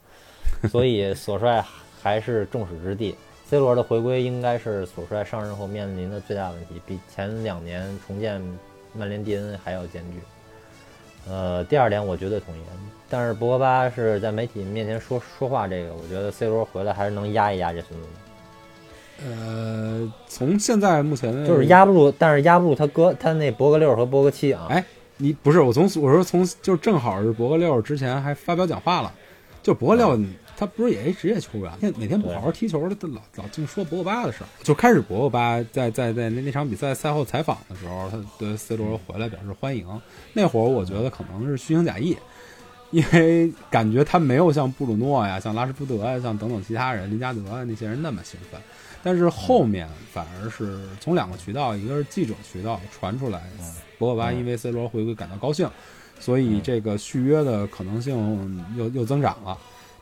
Speaker 4: 所以索帅还是众矢之的。C 罗的回归应该是索帅上任后面临的最大问题，比前两年重建曼联 DNA 还要艰巨。呃，第二点我绝对同意，但是博格巴是在媒体面前说说话这个，我觉得 C 罗回来还是能压一压这孙子的，
Speaker 3: 呃，从现在目前的
Speaker 4: 嗯就是压不住，但是压不住他哥他那博格六和博格七啊，
Speaker 3: 哎你不是我从我说从就是正好是博格六之前还发表讲话了，就博格六他不是也一职业球员，那每嗯天不好好踢球，他老老净说博格巴的事儿。就开始博格巴在在在那那场比赛赛后采访的时候，他对 C 罗回来表示欢迎。那会儿我觉得可能是虚情假意，因为感觉他没有像布鲁诺呀、像拉什福德呀、像等等其他人林加德啊那些人那么兴奋。但是后面反而是从两个渠道，一个是记者渠道传出来，博格巴因为 C 罗回归感到高兴，所
Speaker 4: 嗯
Speaker 3: 以这个续约的可能性又又增长了。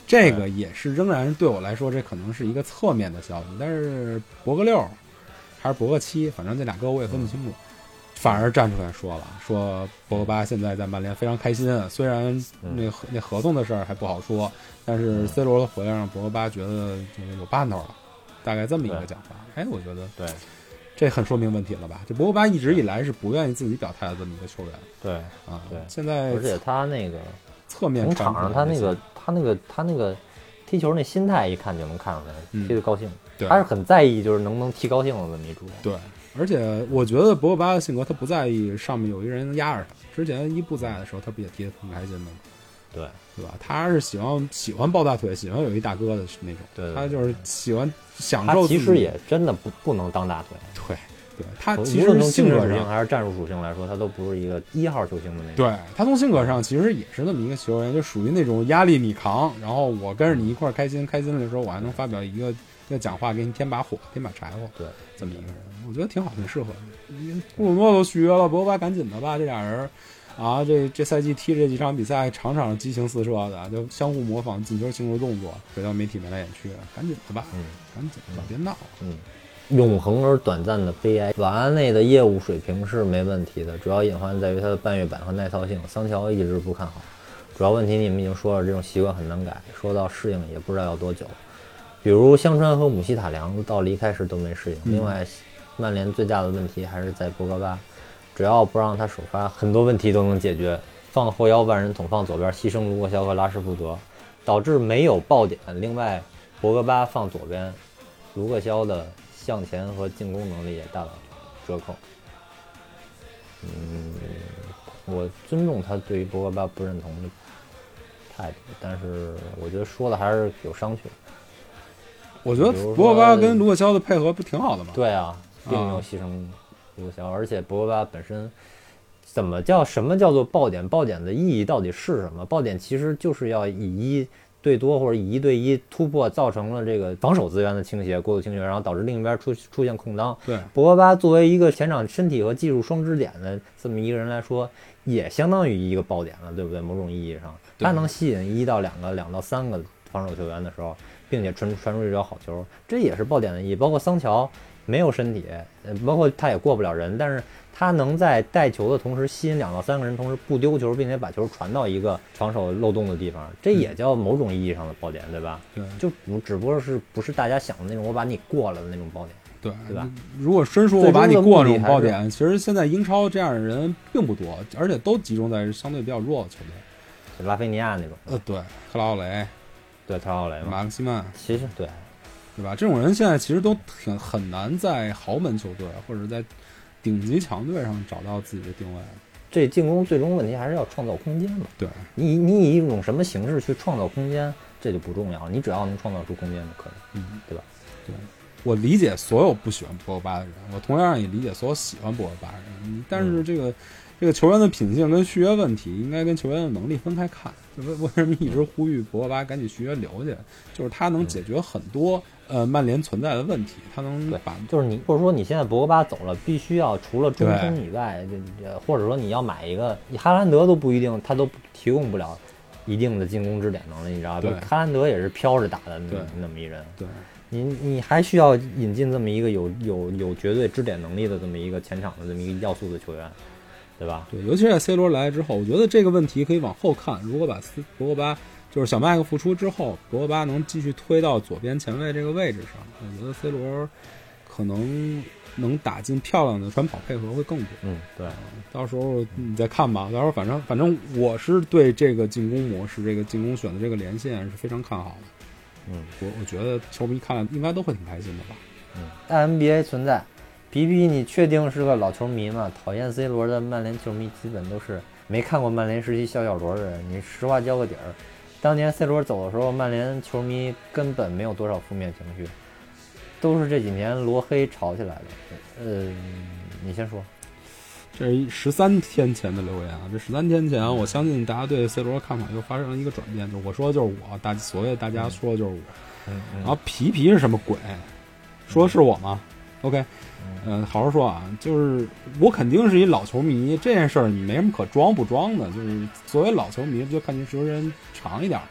Speaker 3: 这个也是仍然对我来说，这可能是一个侧面的消息。但是博格六还是博格七，反正这俩哥我也分不清楚。
Speaker 4: 嗯
Speaker 3: 反而站出来说了，说博格巴现在在曼联非常开心，啊虽然
Speaker 4: 嗯
Speaker 3: 那合那合同的事儿还不好说，但是 C 罗的回来让博格巴觉得就是有盼头了，大概这么一个讲法。哎，我觉得
Speaker 4: 对
Speaker 3: 这很说明问题了吧？这博格巴一直以来是不愿意自己表态的这么一个球员
Speaker 4: 对，
Speaker 3: 啊
Speaker 4: 对，
Speaker 3: 现在
Speaker 4: 而且他那个
Speaker 3: 侧面
Speaker 4: 从
Speaker 3: 传
Speaker 4: 场
Speaker 3: 出来
Speaker 4: 上他
Speaker 3: 这
Speaker 4: 那
Speaker 3: 些
Speaker 4: 个他那个他那个踢球那心态一看就能看出来，
Speaker 3: 嗯
Speaker 4: 踢得高兴，
Speaker 3: 对
Speaker 4: 他是很在意就是能不能踢高兴的这么一主人。
Speaker 3: 对，而且我觉得博格巴的性格，他不在意上面有一个人压着他。之前伊布在的时候，他不也踢得挺开心的吗？
Speaker 4: 对
Speaker 3: 对吧？他是喜欢喜欢抱大腿，喜欢有一大哥的那种。
Speaker 4: 对对
Speaker 3: 他
Speaker 4: 对
Speaker 3: 就是喜欢享
Speaker 4: 他
Speaker 3: 受自己。
Speaker 4: 其实也真的不不能当大腿，
Speaker 3: 对，对他
Speaker 4: 无
Speaker 3: 其
Speaker 4: 论
Speaker 3: 实
Speaker 4: 从
Speaker 3: 性
Speaker 4: 精神
Speaker 3: 格
Speaker 4: 属性
Speaker 3: 上，
Speaker 4: 还是战术属性来说，他都不是一个一号球星的那种。
Speaker 3: 对他从性格上其实也是那么一个球员，就属于那种压力你扛，然后我跟着你一块儿开心，开心的时候我还能发表一个一个讲话，给你添把火，添把柴火。
Speaker 4: 对，
Speaker 3: 这么一个人，我觉得挺好，挺适合的。因为布鲁诺都续约了，博格巴赶紧的吧，这俩人啊，这这赛季踢这几场比赛，场场激情四射的，就相互模仿进球进入动作，别到媒体眉来眼去，赶紧的吧，
Speaker 4: 嗯
Speaker 3: 赶紧的，别闹了。
Speaker 4: 嗯，永恒而短暂的悲哀。瓦拉内的业务水平是没问题的，主要隐患在于他的半月板和耐操性。桑乔一直不看好，主要问题你们已经说了，这种习惯很难改，说到适应也不知道要多久。比如香川和姆希塔良到离开时都没适应。另外，曼联最大的问题还是在博格巴，只要不让他首发，很多问题都能解决。放后腰万人捅放左边，牺牲卢克肖和拉什福德，导致没有爆点。另外，博格巴放左边，卢克肖的向前和进攻能力也大打折扣。嗯，我尊重他对于博格巴不认同的态度，但是我觉得说的还是有商榷。
Speaker 3: 我觉得
Speaker 4: 比如说
Speaker 3: 博格巴跟卢克肖的配合不挺好的吗？
Speaker 4: 对啊，并没有牺牲卢克肖，而且博格巴本身怎么叫什么叫做爆点？爆点的意义到底是什么？爆点其实就是要以一对多或者以一对一突破，造成了这个防守资源的倾斜、过度倾斜，然后导致另一边出出现空当。
Speaker 3: 对
Speaker 4: 博格巴作为一个前场身体和技术双支点的这么一个人来说，也相当于一个爆点了，对不对？某种意义上，
Speaker 3: 对
Speaker 4: 他能吸引一到两个、两到三个防守球员的时候，并且传传出一脚好球，这也是爆点的意义。包括桑乔没有身体，呃包括他也过不了人，但是他能在带球的同时吸引两到三个人，同时不丢球，并且把球传到一个防守漏洞的地方，这也叫某种意义上的爆点，对吧？
Speaker 3: 对
Speaker 4: 就不只不过是不是大家想的那种我把你过了的那种爆点。
Speaker 3: 对
Speaker 4: 对吧？
Speaker 3: 如果真说我把你
Speaker 4: 最终的
Speaker 3: 过这
Speaker 4: 目
Speaker 3: 种
Speaker 4: 的
Speaker 3: 爆
Speaker 4: 还是
Speaker 3: 点，其实现在英超这样的人并不多，而且都集中在相对比较弱的球
Speaker 4: 嗯
Speaker 3: 队。
Speaker 4: 就拉菲尼亚那种，
Speaker 3: 呃，对，克劳雷、
Speaker 4: 对，特奥雷嘛，
Speaker 3: 马克西曼，
Speaker 4: 其实对，
Speaker 3: 对吧？这种人现在其实都挺很难在豪门球队或者在顶级强队上找到自己的定位。
Speaker 4: 这进攻最终问题还是要创造空间嘛。
Speaker 3: 对，
Speaker 4: 你你以一种什么形式去创造空间，这就不重要了，你只要能创造出空间就可以，
Speaker 3: 嗯，
Speaker 4: 对吧？
Speaker 3: 我理解所有不喜欢博格巴的人，我同样也理解所有喜欢博格巴的人。你但是这个、这个球员的品性跟续约问题，应该跟球员的能力分开看。就是为什么一直呼吁博格巴赶紧续约留下？就是他能解决很多呃曼联存在的问题，他能
Speaker 4: 对
Speaker 3: 把
Speaker 4: 就是你或者说你现在博格巴走了，必须要除了中
Speaker 3: 对
Speaker 4: 锋以外，这这或者说你要买一个，你哈兰德都不一定他都提供不了一定的进攻支点能力，你知道吧
Speaker 3: 对？
Speaker 4: 哈兰德也是飘着打的那
Speaker 3: 对
Speaker 4: 那么一人，
Speaker 3: 对
Speaker 4: 你你还需要引进这么一个有有有绝对支点能力的这么一个前场的这么一个要素的球员，对吧？
Speaker 3: 对，尤其是在 C 罗来之后，我觉得这个问题可以往后看。如果把斯博格巴就是小麦克复出之后，博格巴能继续推到左边前卫这个位置上，我觉得 C 罗可能能打进漂亮的传跑配合会更多。
Speaker 4: 嗯，对，
Speaker 3: 到时候你再看吧。到时候反正反正我是对这个进攻模式、这个进攻选的这个连线是非常看好的。
Speaker 4: 嗯，
Speaker 3: 我我觉得球迷看了应该都会挺开心的吧。
Speaker 4: NBA 存在，皮皮，你确定是个老球迷吗？讨厌 C 罗的曼联球迷基本都是没看过曼联时期小小罗的人。你实话交个底儿，当年 C 罗走的时候，曼联球迷根本没有多少负面情绪，都是这几年罗黑炒起来的。呃，你先说。
Speaker 3: 这是十三天前的留言啊！这十三天前，我相信大家对 C 罗的看法又发生了一个转变，就是我说的就是我，大所谓的大家说的就是我。
Speaker 4: 嗯
Speaker 3: 然
Speaker 4: 嗯
Speaker 3: 后皮皮是什么鬼？说是我吗？OK，嗯、好好说啊，就是我肯定是一老球迷，这件事儿你没什么可装不装的，就是作为老球迷，就看球时间长一点儿。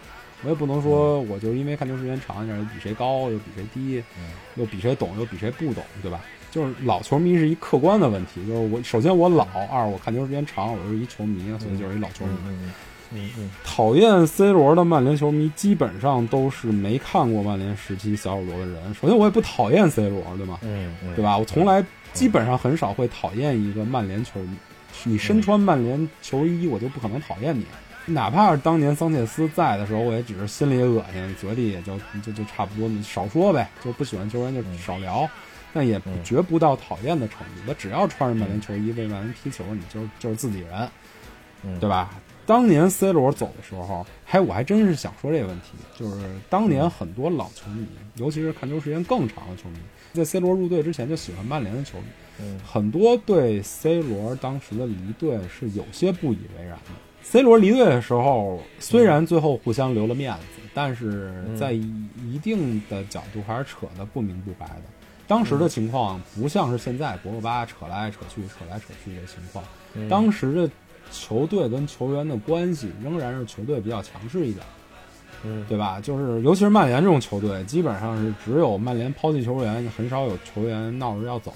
Speaker 3: 我也不能说我就是因为看球时间长一点儿，又比谁高，又比谁低，又比谁懂，又比谁不懂，对吧？就是老球迷是一客观的问题，就是我首先我老，二我看球时间长，我是一球迷，所以就是一老球迷。
Speaker 4: 嗯嗯嗯
Speaker 3: 讨厌 C 罗的曼联球迷基本上都是没看过曼联时期小五罗的人。首先，我也不讨厌 C 罗，对吗？
Speaker 4: 嗯嗯，
Speaker 3: 对吧？我从来基本上很少会讨厌一个曼联球迷。你身穿曼联球衣，我就不可能讨厌你。哪怕是当年桑切斯在的时候，我也只是心里恶心，嘴里也就就就差不多，少说呗，就不喜欢球员就少聊，但也绝不到讨厌的程度。他只要穿着曼联球衣为曼联踢球，你就是就是自己人，
Speaker 4: 嗯
Speaker 3: 对吧？当年 C 罗走的时候，还我还真是想说这个问题，就是当
Speaker 4: 嗯
Speaker 3: 年很多老球迷，尤其是看球时间更长的球迷，在 C 罗入队之前就喜欢曼联的球迷，
Speaker 4: 嗯
Speaker 3: 很多对 C 罗当时的离队是有些不以为然的。C 罗离队的时候，虽然最后互相留了面子，
Speaker 4: 嗯
Speaker 3: 但是在一定的角度还是扯得不明不白的。当时的情况不像是现在博格巴扯来扯去、扯来扯去的情况，当时的球队跟球员的关系仍然是球队比较强势一点。
Speaker 4: 嗯
Speaker 3: 对吧？就是尤其是曼联这种球队，基本上是只有曼联抛弃球员，很少有球员闹着要走。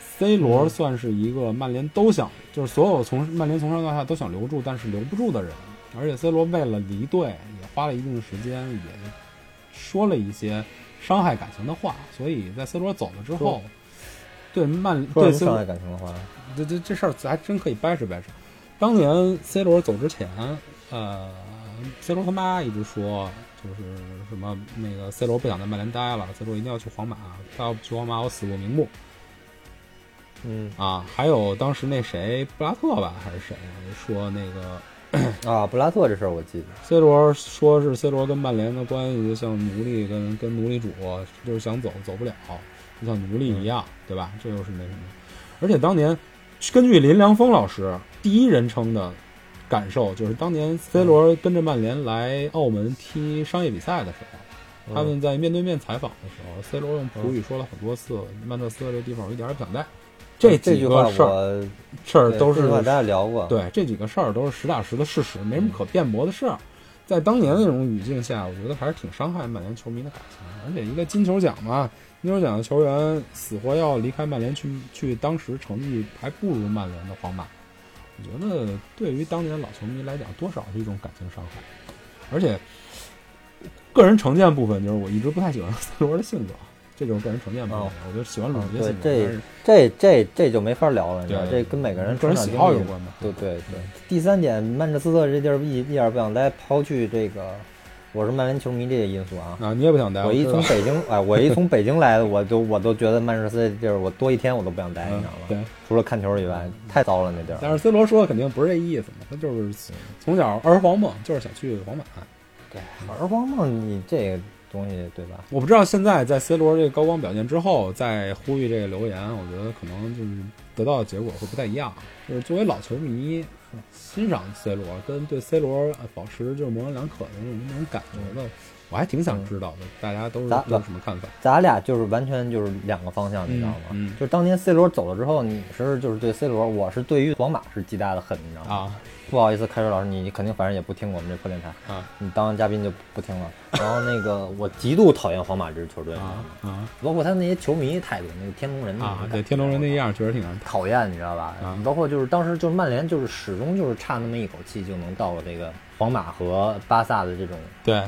Speaker 3: C 罗算是一个曼联都想，就是所有从曼联从上到下都想留住，但是留不住的人。而且 C 罗为了离队，也花了一定的时间，也说了一些伤害感情的话。所以在 C 罗走了之后，对曼
Speaker 4: 说
Speaker 3: 对
Speaker 4: 什
Speaker 3: C
Speaker 4: 么
Speaker 3: 罗
Speaker 4: 伤害感情的话，
Speaker 3: 这这这事儿还真可以掰扯掰扯。当年 C 罗走之前，呃，C 罗他妈一直说，就是什么那个 C 罗不想在曼联待了，C 罗一定要去皇马，他要不去皇马我死不瞑目
Speaker 4: 嗯
Speaker 3: 啊。还有当时那谁布拉特吧还是谁说那个
Speaker 4: 啊，布拉特这事儿我记得，
Speaker 3: C 罗说是 C 罗跟曼联的关系就像奴隶跟跟奴隶主，啊就是想走走不了，就像奴隶一样，对吧？这又是那什么？而且当年根据林良锋老师第一人称的感受，就是当年 C 罗跟着曼联来澳门踢商业比赛的时
Speaker 4: 嗯
Speaker 3: 候，他们在面对面采访的时候，C 罗用葡语说了很多次“曼彻斯特这地方我一点儿也不想待”，这
Speaker 4: 这
Speaker 3: 几
Speaker 4: 句话
Speaker 3: 个事儿
Speaker 4: 我
Speaker 3: 事儿
Speaker 4: 对
Speaker 3: 都
Speaker 4: 这
Speaker 3: 是
Speaker 4: 句话咱俩聊过，
Speaker 3: 对，这几个事儿都是实打实的事实，没什么可辩驳的事儿。在当年那种语境下，我觉得还是挺伤害曼联球迷的感情的。而且一个金球奖嘛，金球奖的球员死活要离开曼联去去当时成绩还不如曼联的皇马，我觉得对于当年老球迷来讲，多少是一种感情伤害。而且，个人成见部分就是我一直不太喜欢 C 罗的性格，啊这就是个人成见部分。
Speaker 4: 哦
Speaker 3: 我就喜欢鲁杰
Speaker 4: 对
Speaker 3: 性格，但
Speaker 4: 这
Speaker 3: 是
Speaker 4: 这这这就没法聊了，你知道，
Speaker 3: 对
Speaker 4: 这跟每个人
Speaker 3: 个人
Speaker 4: 成长
Speaker 3: 喜
Speaker 4: 经
Speaker 3: 好
Speaker 4: 历
Speaker 3: 有关吧
Speaker 4: 对对对。第三点，曼彻斯特这地儿一一点儿不想待，抛去这个我是曼联球迷这个因素啊，
Speaker 3: 啊，你也不想待，
Speaker 4: 我一
Speaker 3: 知道
Speaker 4: 从北京哎，我一从北京来的，我都我都觉得曼彻斯特这地儿，我多一天我都不想待，你
Speaker 3: 嗯
Speaker 4: 知道吗？
Speaker 3: 对。
Speaker 4: 除了看球以外，太糟了那地
Speaker 3: 但
Speaker 4: 儿。
Speaker 3: 是 C 罗说的肯定不是这意思嘛，他就是从小儿皇梦，就是想去皇马。
Speaker 4: 儿皇梦，你这个东西对吧？
Speaker 3: 我不知道现在在 C 罗这个高光表现之后，再呼吁这个留言，我觉得可能就是得到的结果会不太一样。就是作为老球迷，欣赏 C 罗跟对 C 罗呃保持就是模棱两可的那种那种感觉的，我还挺想知道的，大家都是
Speaker 4: 咱
Speaker 3: 都有什么看法？
Speaker 4: 咱俩就是完全就是两个方向，你知道吗？
Speaker 3: 嗯嗯
Speaker 4: 就当年 C 罗走了之后，你是就是对 C 罗，我是对于皇马是极大的恨，你知道吗？
Speaker 3: 啊
Speaker 4: 不好意思，开水老师，你肯定反正也不听我们这破电台，
Speaker 3: 啊
Speaker 4: 你当嘉宾就不听了。然后那个我极度讨厌皇马这支球队，
Speaker 3: 啊啊
Speaker 4: 包括他那些球迷态度，那个天龙人那种
Speaker 3: 啊！
Speaker 4: 感觉
Speaker 3: 对，天龙人那样确实挺让人
Speaker 4: 讨厌，你知道吧？
Speaker 3: 啊
Speaker 4: 包括就是当时就是曼联就是始终就是差那么一口气就能到了这个皇马和巴萨的这种
Speaker 3: 对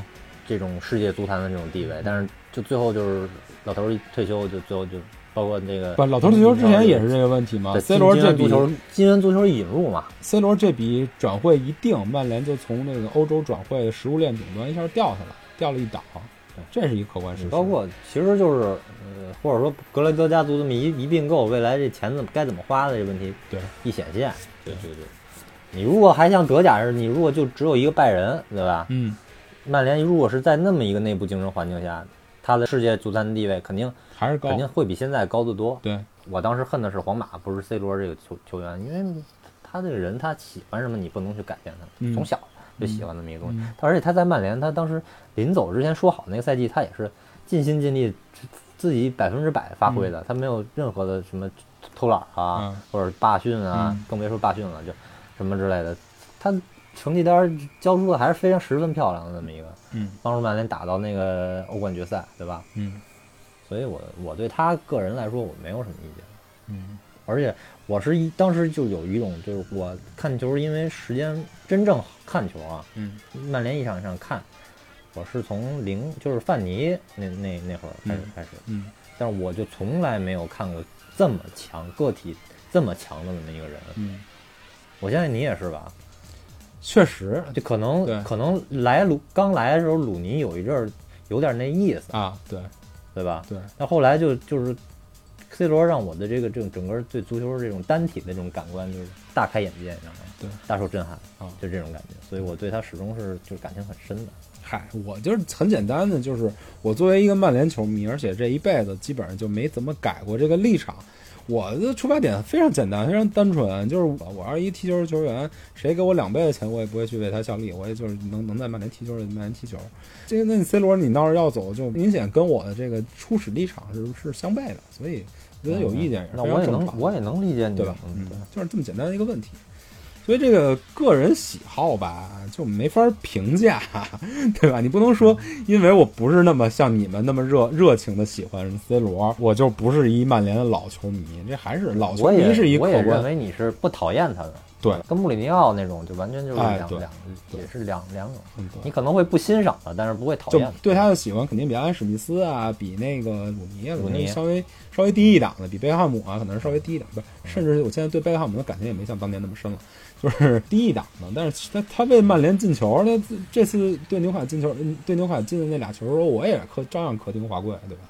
Speaker 4: 这种世界足坛的这种地位，但是就最后就是老头儿一退休就最后就包括那个
Speaker 3: 不，老头足球之前也是这个问题嘛
Speaker 4: 对
Speaker 3: ，C 罗
Speaker 4: 啊金
Speaker 3: 这
Speaker 4: 元足
Speaker 3: 笔
Speaker 4: 球金元足球引入嘛，
Speaker 3: C 罗这笔转会一定，曼联就从那个欧洲转会食物链顶端一下掉下来，掉了一档，这是一个客观事实。
Speaker 4: 包括其实就是，呃，或者说格雷泽家族这么一一并购，未来这钱怎么该怎么花的这问题，
Speaker 3: 对
Speaker 4: 一显现，
Speaker 3: 对
Speaker 4: 对对。你如果还像德甲似的，你如果就只有一个拜仁，对吧？
Speaker 3: 嗯，
Speaker 4: 曼联如果是在那么一个内部竞争环境下，他的世界足坛地位肯定
Speaker 3: 还是高
Speaker 4: 肯，定会比现在高得多。
Speaker 3: 对，
Speaker 4: 我当时恨的是皇马，不是 C 罗这个球球员，因为他这个人他喜欢什么，你不能去改变他，
Speaker 3: 嗯
Speaker 4: 从小就喜欢那么一个东西。他而且他在曼联，他当时临走之前说好那个赛季，他也是尽心尽力，自己百分之百发挥的，他没有任何的什么偷懒啊，
Speaker 3: 嗯
Speaker 4: 或者罢训啊，
Speaker 3: 嗯
Speaker 4: 更别说罢训了，就什么之类的，他。成绩单儿交出的还是非常十分漂亮的那么一个，
Speaker 3: 嗯
Speaker 4: 帮助曼联打到那个欧冠决赛，对吧？
Speaker 3: 嗯
Speaker 4: 所以我我对他个人来说，我没有什么意见。
Speaker 3: 嗯
Speaker 4: 而且我是一当时就有一种，就是我看球，因为时间真正看球啊，
Speaker 3: 嗯
Speaker 4: 曼联一场一场看，我是从零就是范尼那那那会儿开始
Speaker 3: 嗯
Speaker 4: 开始，
Speaker 3: 嗯
Speaker 4: 但是我就从来没有看过这么强个体这么强的那么一个人。
Speaker 3: 嗯，
Speaker 4: 我相信你也是吧？
Speaker 3: 确实
Speaker 4: 就可能
Speaker 3: 呃对
Speaker 4: 可能来鲁刚来的时候，鲁尼有一阵儿有点那意思，
Speaker 3: 啊，对
Speaker 4: 对吧？
Speaker 3: 对，
Speaker 4: 那后来就就是 C 罗让我的这个这种整个对足球这种单体的这种感官就是大开眼界，你知道吗？
Speaker 3: 对，
Speaker 4: 大受震撼
Speaker 3: 啊
Speaker 4: 就这种感觉，所以我对他始终是就是感情很深的。
Speaker 3: 嗨，我就是很简单的，就是我作为一个曼联球迷，而且这一辈子基本上就没怎么改过这个立场。我的出发点非常简单，非常单纯，就是我我要是一踢球球员，谁给我两倍的钱，我也不会去为他效力，我也就是能能在曼联踢球就在曼联踢球。这个那你 C 罗你要是要走，就明显跟我的这个初始立场是是相悖的，所以我觉得有意见也是
Speaker 4: 哦嗯那
Speaker 3: 非
Speaker 4: 我
Speaker 3: 常
Speaker 4: 也
Speaker 3: 正常
Speaker 4: 能
Speaker 3: 的。
Speaker 4: 我也能理解你，
Speaker 3: 对吧？
Speaker 4: 嗯，对。
Speaker 3: 就是这么简单的一个问题。所以这个个人喜好吧，就没法评价， 对吧？你不能说，因为我不是那么像你们那么热热情的喜欢 C 罗，我就不是一曼联的老球迷。这还是老球
Speaker 4: 我也
Speaker 3: 迷是一客
Speaker 4: 我也认
Speaker 3: 观，
Speaker 4: 为你是不讨厌他的，
Speaker 3: 对，
Speaker 4: 跟穆里尼奥那种就完全就是
Speaker 3: 哎
Speaker 4: 两
Speaker 3: 对
Speaker 4: 两
Speaker 3: 对
Speaker 4: 也是两两种
Speaker 3: 嗯对，
Speaker 4: 你可能会不欣赏他，但是不会讨
Speaker 3: 就
Speaker 4: 厌他。
Speaker 3: 对他的喜欢肯定比安史密斯啊，比那个鲁尼啊，
Speaker 4: 鲁
Speaker 3: 可
Speaker 4: 尼
Speaker 3: 能稍微稍微低一档的，比贝克汉姆啊，可能是稍微低一档，不是，甚至我现在对贝克汉姆的感情也没像当年那么深了，就是低一档的。但是他他为曼联进球，他这这次对纽卡进球，嗯对纽卡进的那俩球，我也磕照样磕丁华贵，对吧？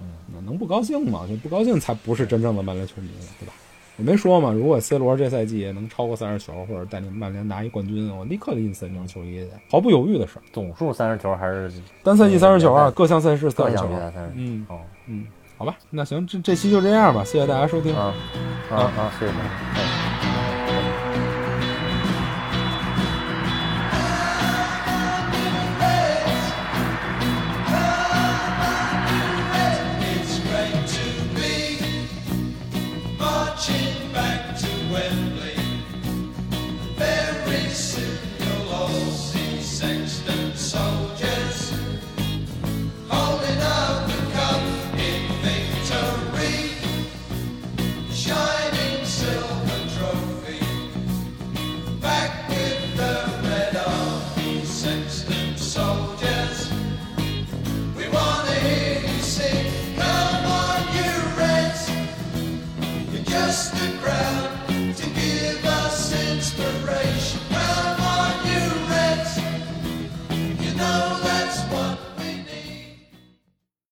Speaker 3: 嗯，能不高兴吗？就不高兴才不是真正的曼联球迷呢，对吧？我没说嘛，如果 C 罗这赛季能超过三十球，或者带领曼联拿一冠军，我立刻印森这张球衣去，毫不犹豫的事儿。
Speaker 4: 总数三十球还是
Speaker 3: 单赛季三十球啊，
Speaker 4: 嗯
Speaker 3: 各项赛事
Speaker 4: 各
Speaker 3: 三十
Speaker 4: 项
Speaker 3: 球
Speaker 4: 比。赛三十？
Speaker 3: 嗯
Speaker 4: 哦，
Speaker 3: 嗯，好吧，那行，这这期就这样吧，谢谢大家收听。
Speaker 4: 啊啊啊！谢谢。嗯
Speaker 5: It's great to be marching back to Wembley. Very soon you'll all see Sexton soldiers holding up the cup in victory, shining silver trophy. Back with the red army, Sexton soldiers. We wanna hear you sing. Come on, you Reds. You're just a crowd.